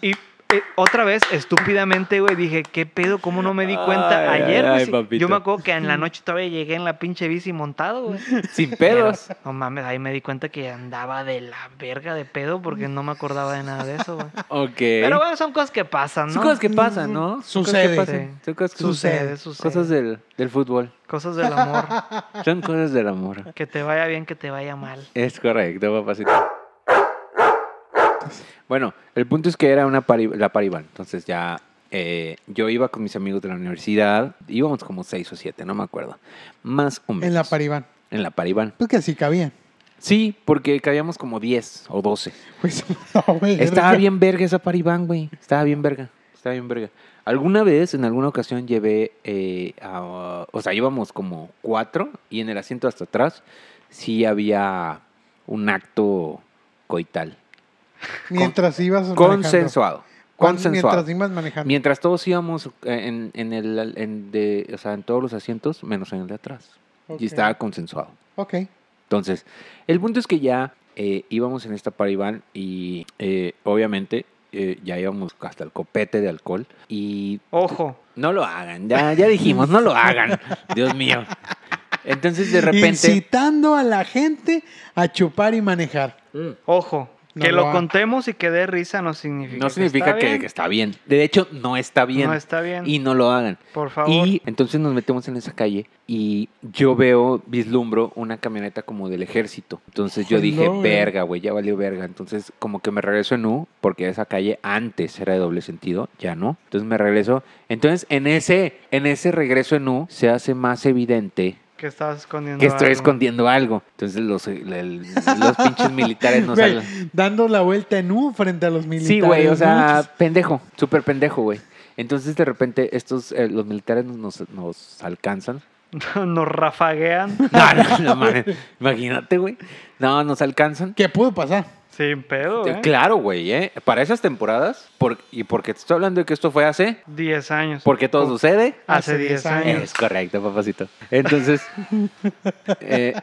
Y, y, eh, otra vez, estúpidamente, güey, dije, ¿qué pedo? ¿Cómo no me di cuenta Ay, ayer, ay, güey? ay, sí, yo papito. me acuerdo que en la noche todavía llegué en la pinche bici montado, güey. Sin pedos. Pero, No mames, ahí me di cuenta que andaba de la verga de pedo porque no me acordaba de nada de eso, güey. Ok. Pero bueno, son cosas que pasan, ¿no? Son cosas que pasan, ¿no? Son cosas Mm, Sucede. que pasan. Son cosas que Sucede. suceden. sucede. Cosas del, del fútbol. Cosas del amor. Son cosas del amor. Que te vaya bien, que te vaya mal. Es correcto, papacito. Bueno, el punto es que era una pari- la Paribal. Entonces ya eh, yo iba con mis amigos de la universidad. Íbamos como seis o siete, no me acuerdo. Más o menos. En la paribán. En la Paribal. Pues que así cabía. Sí, porque cabíamos como 10 o 12. Pues, no, güey, Estaba verga. bien verga esa paribán, güey. Estaba bien verga. Estaba bien verga. Alguna vez, en alguna ocasión, llevé eh, a- O sea, íbamos como cuatro y en el asiento hasta atrás sí había un acto coital. Mientras ibas manejando. Consensuado. Cuando- Consensuado. Mientras ibas manejando. Mientras todos íbamos eh, en, en el, en de- o sea, en todos los asientos, menos en el de atrás. Ok. Y estaba consensuado. Ok. Entonces, el punto es que ya eh, íbamos en esta paribán y eh, obviamente eh, ya íbamos hasta el copete de alcohol y Ojo, no lo hagan, ya, ya dijimos, no lo hagan, Dios mío. Entonces de repente... Incitando a la gente a chupar y manejar. Mm, ojo. No que lo lo hagan. contemos y que dé risa no significa No significa que, que está bien. De hecho, no está bien. No está bien. Y no lo hagan. Por favor. Y entonces nos metemos en esa calle y yo veo, vislumbro una camioneta como del ejército. Entonces yo Ay, dije, no, güey. verga, güey, ya valió verga. Entonces como que me regreso en U, porque esa calle antes era de doble sentido, ya no. Entonces me regreso. Entonces en ese, en ese regreso en U se hace más evidente Que estabas escondiendo. que estoy algo. escondiendo algo. Entonces los, el- los pinches militares nos Güey, hablan. dando la vuelta en U frente a los militares. Sí, güey, o sea, ¿no? pendejo, súper pendejo, güey. Entonces de repente estos, eh, los militares nos- nos- nos alcanzan Nos rafaguean No, no, no mames. Imagínate, güey. No, nos alcanzan. ¿Qué pudo pasar? sin pedo, ¿eh? Claro, güey, ¿eh? Para esas temporadas, por- y porque te estoy hablando de que esto fue hace, 10 años. porque todo sucede. Hace Hace 10 10 años. Es correcto, papacito. Entonces, eh,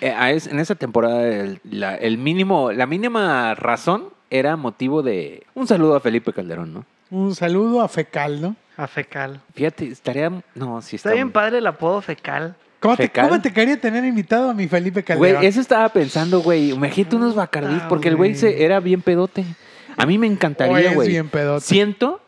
eh, a es- en esa temporada, el, la, el mínimo, la mínima razón era motivo de un saludo a Felipe Calderón, ¿no? Un saludo a Fecal, ¿no? A fecal. Fíjate, estaría. No, sí, Está bien padre el apodo fecal. ¿Cómo te, ¿Fecal? cómo te quería tener invitado a mi Felipe Calderón? Güey, eso estaba pensando, güey. Imagínate unos bacardís, porque el güey se- era bien pedote. A mí me O encantaría, es güey. bien pedote. Siento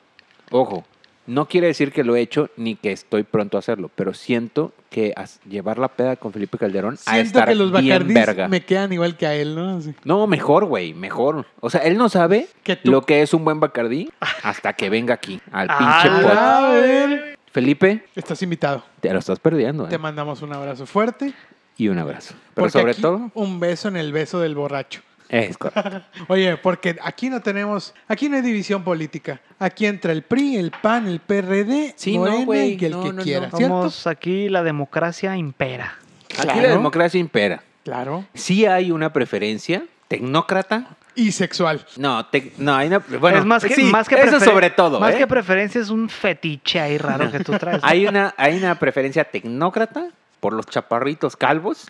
Ojo, no quiere decir que lo he hecho ni que estoy pronto a hacerlo, pero siento que as- llevar la peda con Felipe Calderón a Siento estar que los bien Bacardís verga. me quedan igual que a él, ¿no? Así. No, mejor, güey, mejor. O sea, él no sabe Que tú- lo que es un buen Bacardí hasta que venga aquí, al Ah, pinche la- pod. A ver. Felipe, Estás invitado. te lo estás perdiendo. ¿eh? Te mandamos un abrazo fuerte. Y un abrazo. Pero porque sobre aquí, todo, Un beso en el beso del borracho. es correcto. Oye, porque aquí no tenemos, aquí no hay división política. Aquí entra el PRI, el PAN, el PRD, Sí, no, Morena güey. y el No, que no, no. quiera, ¿cierto? Somos aquí la democracia impera. Aquí la Claro. democracia impera. Claro. Sí hay una preferencia tecnócrata. Y sexual. No, tec- no hay una. Bueno, es más que, sí, más que eso prefer- sobre todo. Más ¿eh? que preferencia es un fetiche ahí raro que tú traes. ¿no? hay, una, hay una preferencia tecnócrata por los chaparritos calvos.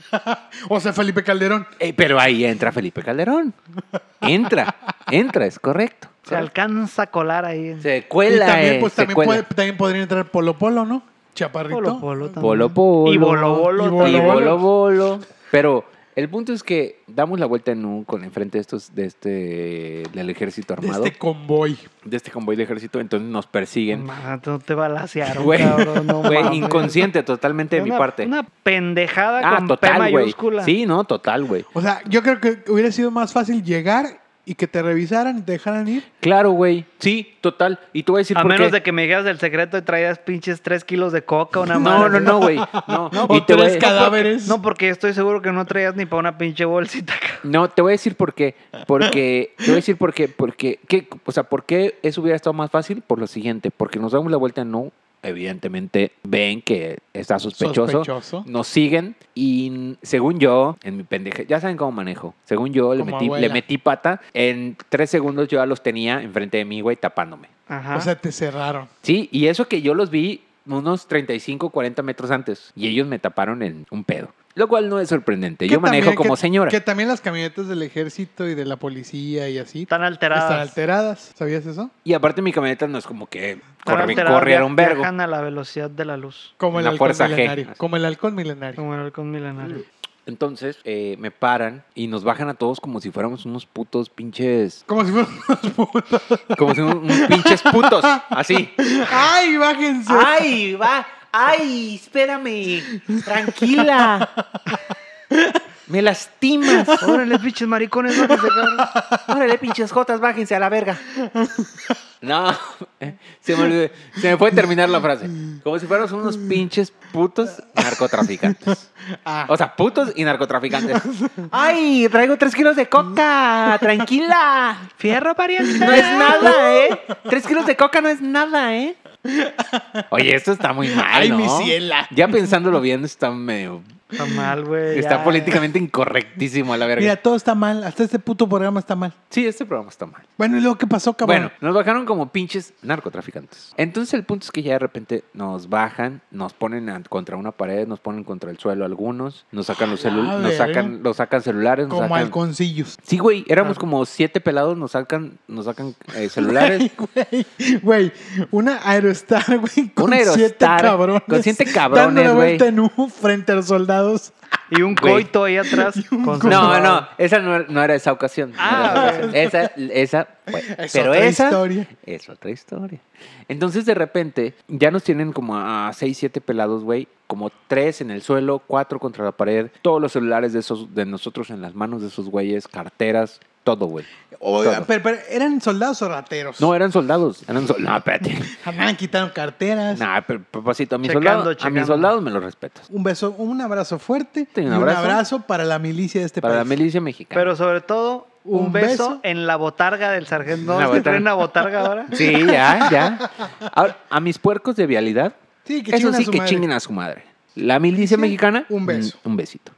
O sea, Felipe Calderón. Eh, pero ahí entra Felipe Calderón. Entra, entra, es correcto. Se alcanza a colar ahí. Se Y cuela, también, eh, pues, se también, cuela. puede- también podría entrar Polo Polo, ¿no? Chaparrito. Polo Polo también. Polo Polo. Y Bolo Y Bolo. Bolo Y también. bolo, bolo. Pero el punto es que damos la vuelta en un con enfrente de estos de este del De ejército armado, este de este, convoy. convoy de ejército, entonces nos persiguen. Ma, Ah, tú te balasearon, Güey, cabrón, no Fue mames. inconsciente totalmente de mi Una- parte. Una pendejada Ah, con P total, güey. mayúscula. Sí, no, total, güey. O sea, yo creo que hubiera sido más fácil llegar y que te revisaran y te dejaran ir. Claro, güey. Sí, total. Y tú vas a decir A por menos qué. de que me dijeras del secreto y traías pinches tres kilos de coca, una No, madre no, así. no, güey. No. o voy a- tres cadáveres. No, porque estoy seguro que no traías ni para una pinche bolsita. cabrón. No, te voy a decir por qué. Porque, te voy a decir por qué. Porque, ¿qué? o sea, ¿por qué eso hubiera estado más fácil? Por lo siguiente, porque nos damos la vuelta no. Evidentemente ven que está sospechoso. Sospechoso. Nos siguen y según yo, en mi pendeje, ya saben cómo manejo. Según yo, le Como metí, le abuela. metí pata. En tres segundos yo ya los tenía enfrente de mí, güey, tapándome. Ajá. O sea, te cerraron. Sí, y eso que yo los vi unos 35, 40 metros antes. Y ellos me taparon en un pedo. Lo cual no es sorprendente. Yo Que manejo también- como que- señora. Que también las camionetas del ejército y de la policía y así Están alteradas. están alteradas. ¿Sabías eso? Y aparte mi camioneta no es como que Están corre, alteradas, corriera un via- vergo. Viajan a la velocidad de la luz. Como el La halcón fuerza G. milenario. Como el halcón milenario. Como el halcón milenario. Entonces eh, me paran y nos bajan a todos como si fuéramos unos putos pinches... Como si fueran unos putos. Como si fuéramos unos pinches putos. Así. ¡Ay, bájense! ¡Ay, va! ¡Ay, espérame! ¡Tranquila! ¡Me lastimas! Órale, pinches maricones, bájense, cabrón. ¡Órale, pinches jotas, bájense a la verga! No, se me, olvidó- se me fue terminar la frase. Como si fuéramos unos pinches putos narcotraficantes. Ah, O sea, putos y narcotraficantes. ¡Ay! Traigo tres kilos de coca. Tranquila. Fierro, pariente. No es nada, ¿eh? Tres kilos de coca no es nada, ¿eh? Oye, esto está muy mal, ¡Ay, ¿no? mi ciela! Ya pensándolo bien, está medio... Está mal, güey. Está ya. políticamente incorrectísimo a la verga. Mira, todo está mal. Hasta este puto programa está mal. sí, este programa está mal. Bueno, ¿y luego qué pasó, cabrón? Bueno, nos bajaron como pinches narcotraficantes. Entonces el punto es que ya de repente nos bajan, nos ponen a- contra una pared, nos ponen contra el suelo algunos, nos sacan los, la celu- nos verga. sacan, los sacan celulares, nos Como sacan... halconcillos. Sí, güey, éramos Ah. como siete pelados, nos sacan, nos sacan eh, celulares. Güey, güey, una Aerostar, güey, con Una siete Aerostar, cabrones. con siete cabrones, Dando la güey. vuelta en U frente a los soldados. Y un Güey. coito ahí atrás. con su- No, no, esa no, no era esa ocasión. no era Ah, esa ocasión. Esa, esa, fue- Es pero otra esa historia. es otra historia. Entonces, de repente, ya nos tienen como a 6, 7 pelados, güey. Como tres en el suelo, cuatro contra la pared. Todos los celulares de, esos, de nosotros en las manos de esos güeyes, carteras, todo, güey. Oiga, Todo. pero, pero, ¿eran soldados o rateros? Ah, No, eran soldados. Eran sol- No, espérate. Jamás quitaron carteras. No, pero, papacito, a mis, Checando, soldados, a mis checando. soldados me los respetas. Un beso, un abrazo fuerte Sí, un y abrazo. un abrazo para la milicia de este Para la país. milicia mexicana. Pero sobre todo, un, Un beso, beso. en la botarga del sargento. ¿No es La que botarga. traen una botarga ahora? Sí, ya, ya. Ahora, a mis puercos de vialidad, Sí, que Eso chinguen a sí, su que madre. chinguen a su madre. La milicia Sí, mexicana. un beso. mm, Un besito.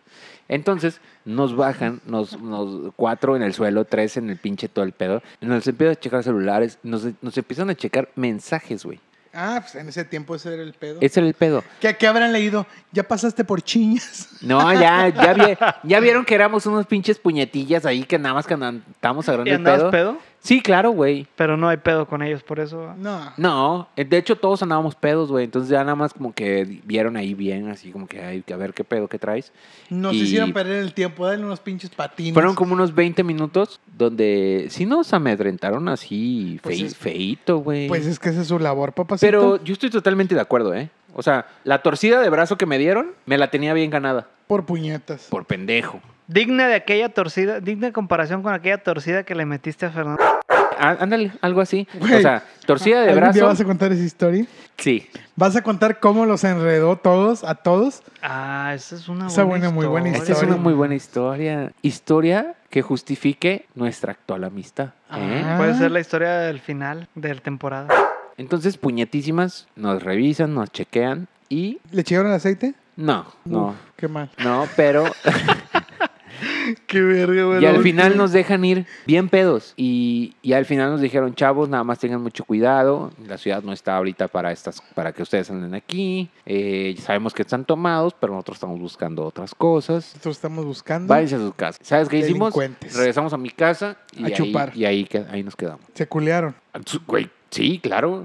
Entonces, nos bajan, nos, nos- cuatro en el suelo, tres en el pinche todo el pedo. Nos empiezan a checar celulares, nos, nos empiezan a checar mensajes, güey. Ah, pues en ese tiempo ese era el pedo. Ese era el pedo. ¿Qué, qué habrán leído? ¿Ya pasaste por chiñas? No, ya, ya, vi- ya vieron que éramos unos pinches puñetillas ahí que nada más que andan- estábamos ¿Y agarrando el andabas pedo. pedo? Sí, claro, güey. Pero no hay pedo con ellos, por eso. No. No, eh, de hecho todos andábamos pedos, güey. Entonces ya nada más como que vieron ahí bien, así como que, ay, a ver qué pedo que traes. Nos Y- hicieron perder el tiempo, dale unos pinches patines. Fueron como unos 20 minutos donde sí nos amedrentaron así, Pues fei- es- feito, güey. Pues es que esa es su labor, papacito. Pero yo estoy totalmente de acuerdo, ¿eh? O sea, la torcida de brazo que me dieron, me la tenía bien ganada. Por puñetas. Por pendejo. Digna de aquella torcida, digna en comparación con aquella torcida que le metiste a Fernando. Á- ándale, algo así. Güey. O sea, torcida de ¿Algún día brazo. vas a contar esa historia? Sí. ¿Vas a contar cómo los enredó todos, a todos? Ah, esa es una Esa buena, buena, muy buena Esta es historia. una muy buena historia. Historia que justifique nuestra actual amistad. ¿eh? Ah. Puede ser la historia del final de la temporada. Entonces, puñetísimas, nos revisan, nos chequean y ¿Le echaron aceite? no, no, Uf, qué mal. no, pero Qué verga, güey. y al final nos dejan ir bien pedos y, y al final nos dijeron, chavos, nada más tengan mucho cuidado, la ciudad no está ahorita para estas, para que ustedes anden aquí, Eh, sabemos que están tomados, pero nosotros estamos buscando otras cosas. Nosotros estamos buscando. Váyanse a sus casas. ¿Sabes qué hicimos? Delincuentes. Regresamos a mi casa y, A ahí, chupar. y ahí, que- ahí nos quedamos. Se culearon. Güey, sí, claro.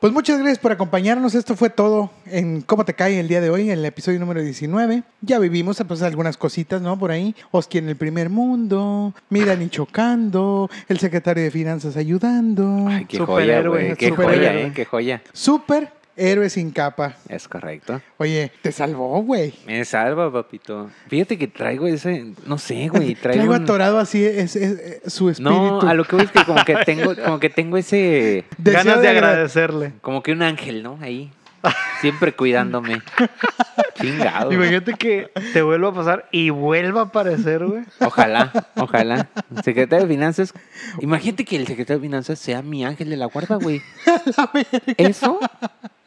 Pues muchas gracias por acompañarnos. Esto fue todo en Cómo te cae el día de hoy, en el episodio número 19. Ya vivimos pues, algunas cositas, ¿no? Por ahí. Oski en el primer mundo, Miran y chocando, el secretario de finanzas ayudando. Ay, qué joya, Superhéroe, güey. Qué superhéroe. joya, eh, qué joya. Super héroe sin capa. Es correcto. Oye, te salvó, güey. Me salva, papito. Fíjate que traigo ese, no sé, güey, traigo, Traigo un- atorado así es, es- es su No, espíritu. a lo que voy es que como que tengo, como que tengo ese, Deseo Ganas de agra- agradecerle. como que un ángel, ¿no? Ahí, siempre cuidándome. Chingado. Imagínate que te vuelva a pasar y vuelva a aparecer, güey. Ojalá, ojalá. Secretario de Finanzas. Imagínate que el secretario de Finanzas sea mi ángel de la guarda, güey. Eso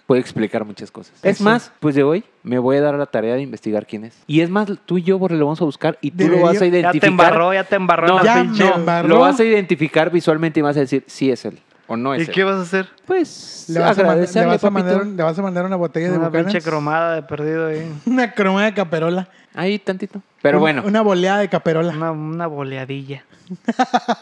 puede explicar muchas cosas. Es Eso. más, pues de hoy me voy a dar la tarea de investigar quién es. Y es más, tú y yo, Borre, lo vamos a buscar y tú Debería- lo vas a Ya identificar. te embarró, ya te embarró No, en la ya pinche. me embarró. Lo vas a identificar visualmente y vas a decir si es él o no ¿Y es qué él. vas a hacer? Pues Le vas, a mandar, le, agradecerle, vas a papito. mandar, un- le vas a mandar una botella de Una bucanas. pinche cromada de perdido ahí. Una croma de caperola. Ahí tantito. Pero Un- bueno, Una boleada de caperola. Una, una boleadilla.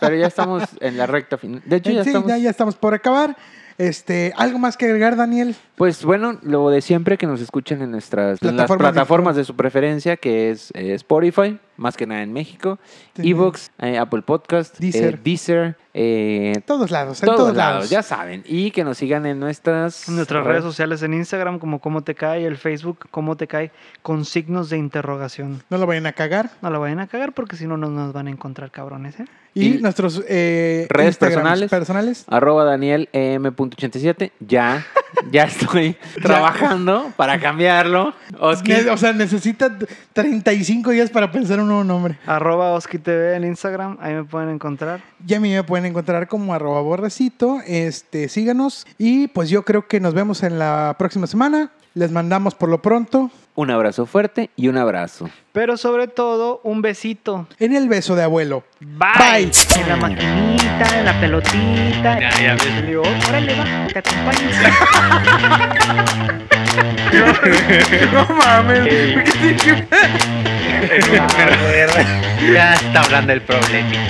pero ya estamos en la recta final. De hecho, ya Eh, sí, estamos. ya, ya estamos por acabar. Este, ¿Algo más que agregar, Daniel? Pues bueno, lo de siempre que nos escuchen en nuestras en las Plataformas de- plataformas de su preferencia, que es eh, Spotify, más que nada en México, Sí. Evox, Apple Podcast, eh, Deezer. Deezer, eh, En todos lados, en todos, todos, lados, lados. ya saben. Y que nos sigan en nuestras En Nuestras redes sociales en Instagram como Cómo Te Cae, el Facebook Cómo Te Cae, con signos de interrogación. No lo vayan a cagar. No la vayan a cagar porque si no, no nos van a encontrar cabrones, ¿eh? Y, Y- nuestros eh, Redes Instagrams personales. personales. Arroba Daniel M.87. Ya, ya estoy trabajando para cambiarlo. Oski. Ne- O sea, necesita 35 días para pensar un nuevo nombre. Arroba Oski TV en Instagram, ahí me pueden encontrar. Y a mí me pueden encontrar como arroba borrecito. Este, síganos. Y pues yo creo que nos vemos en la próxima semana. Les mandamos por lo pronto Un abrazo fuerte y un abrazo. Pero sobre todo, un besito. en el beso de abuelo. Bye. En la maquinita, en la pelotita. Ya, ya ves. Le digo, órale, va, te acompaño. Ya está hablando el problemita.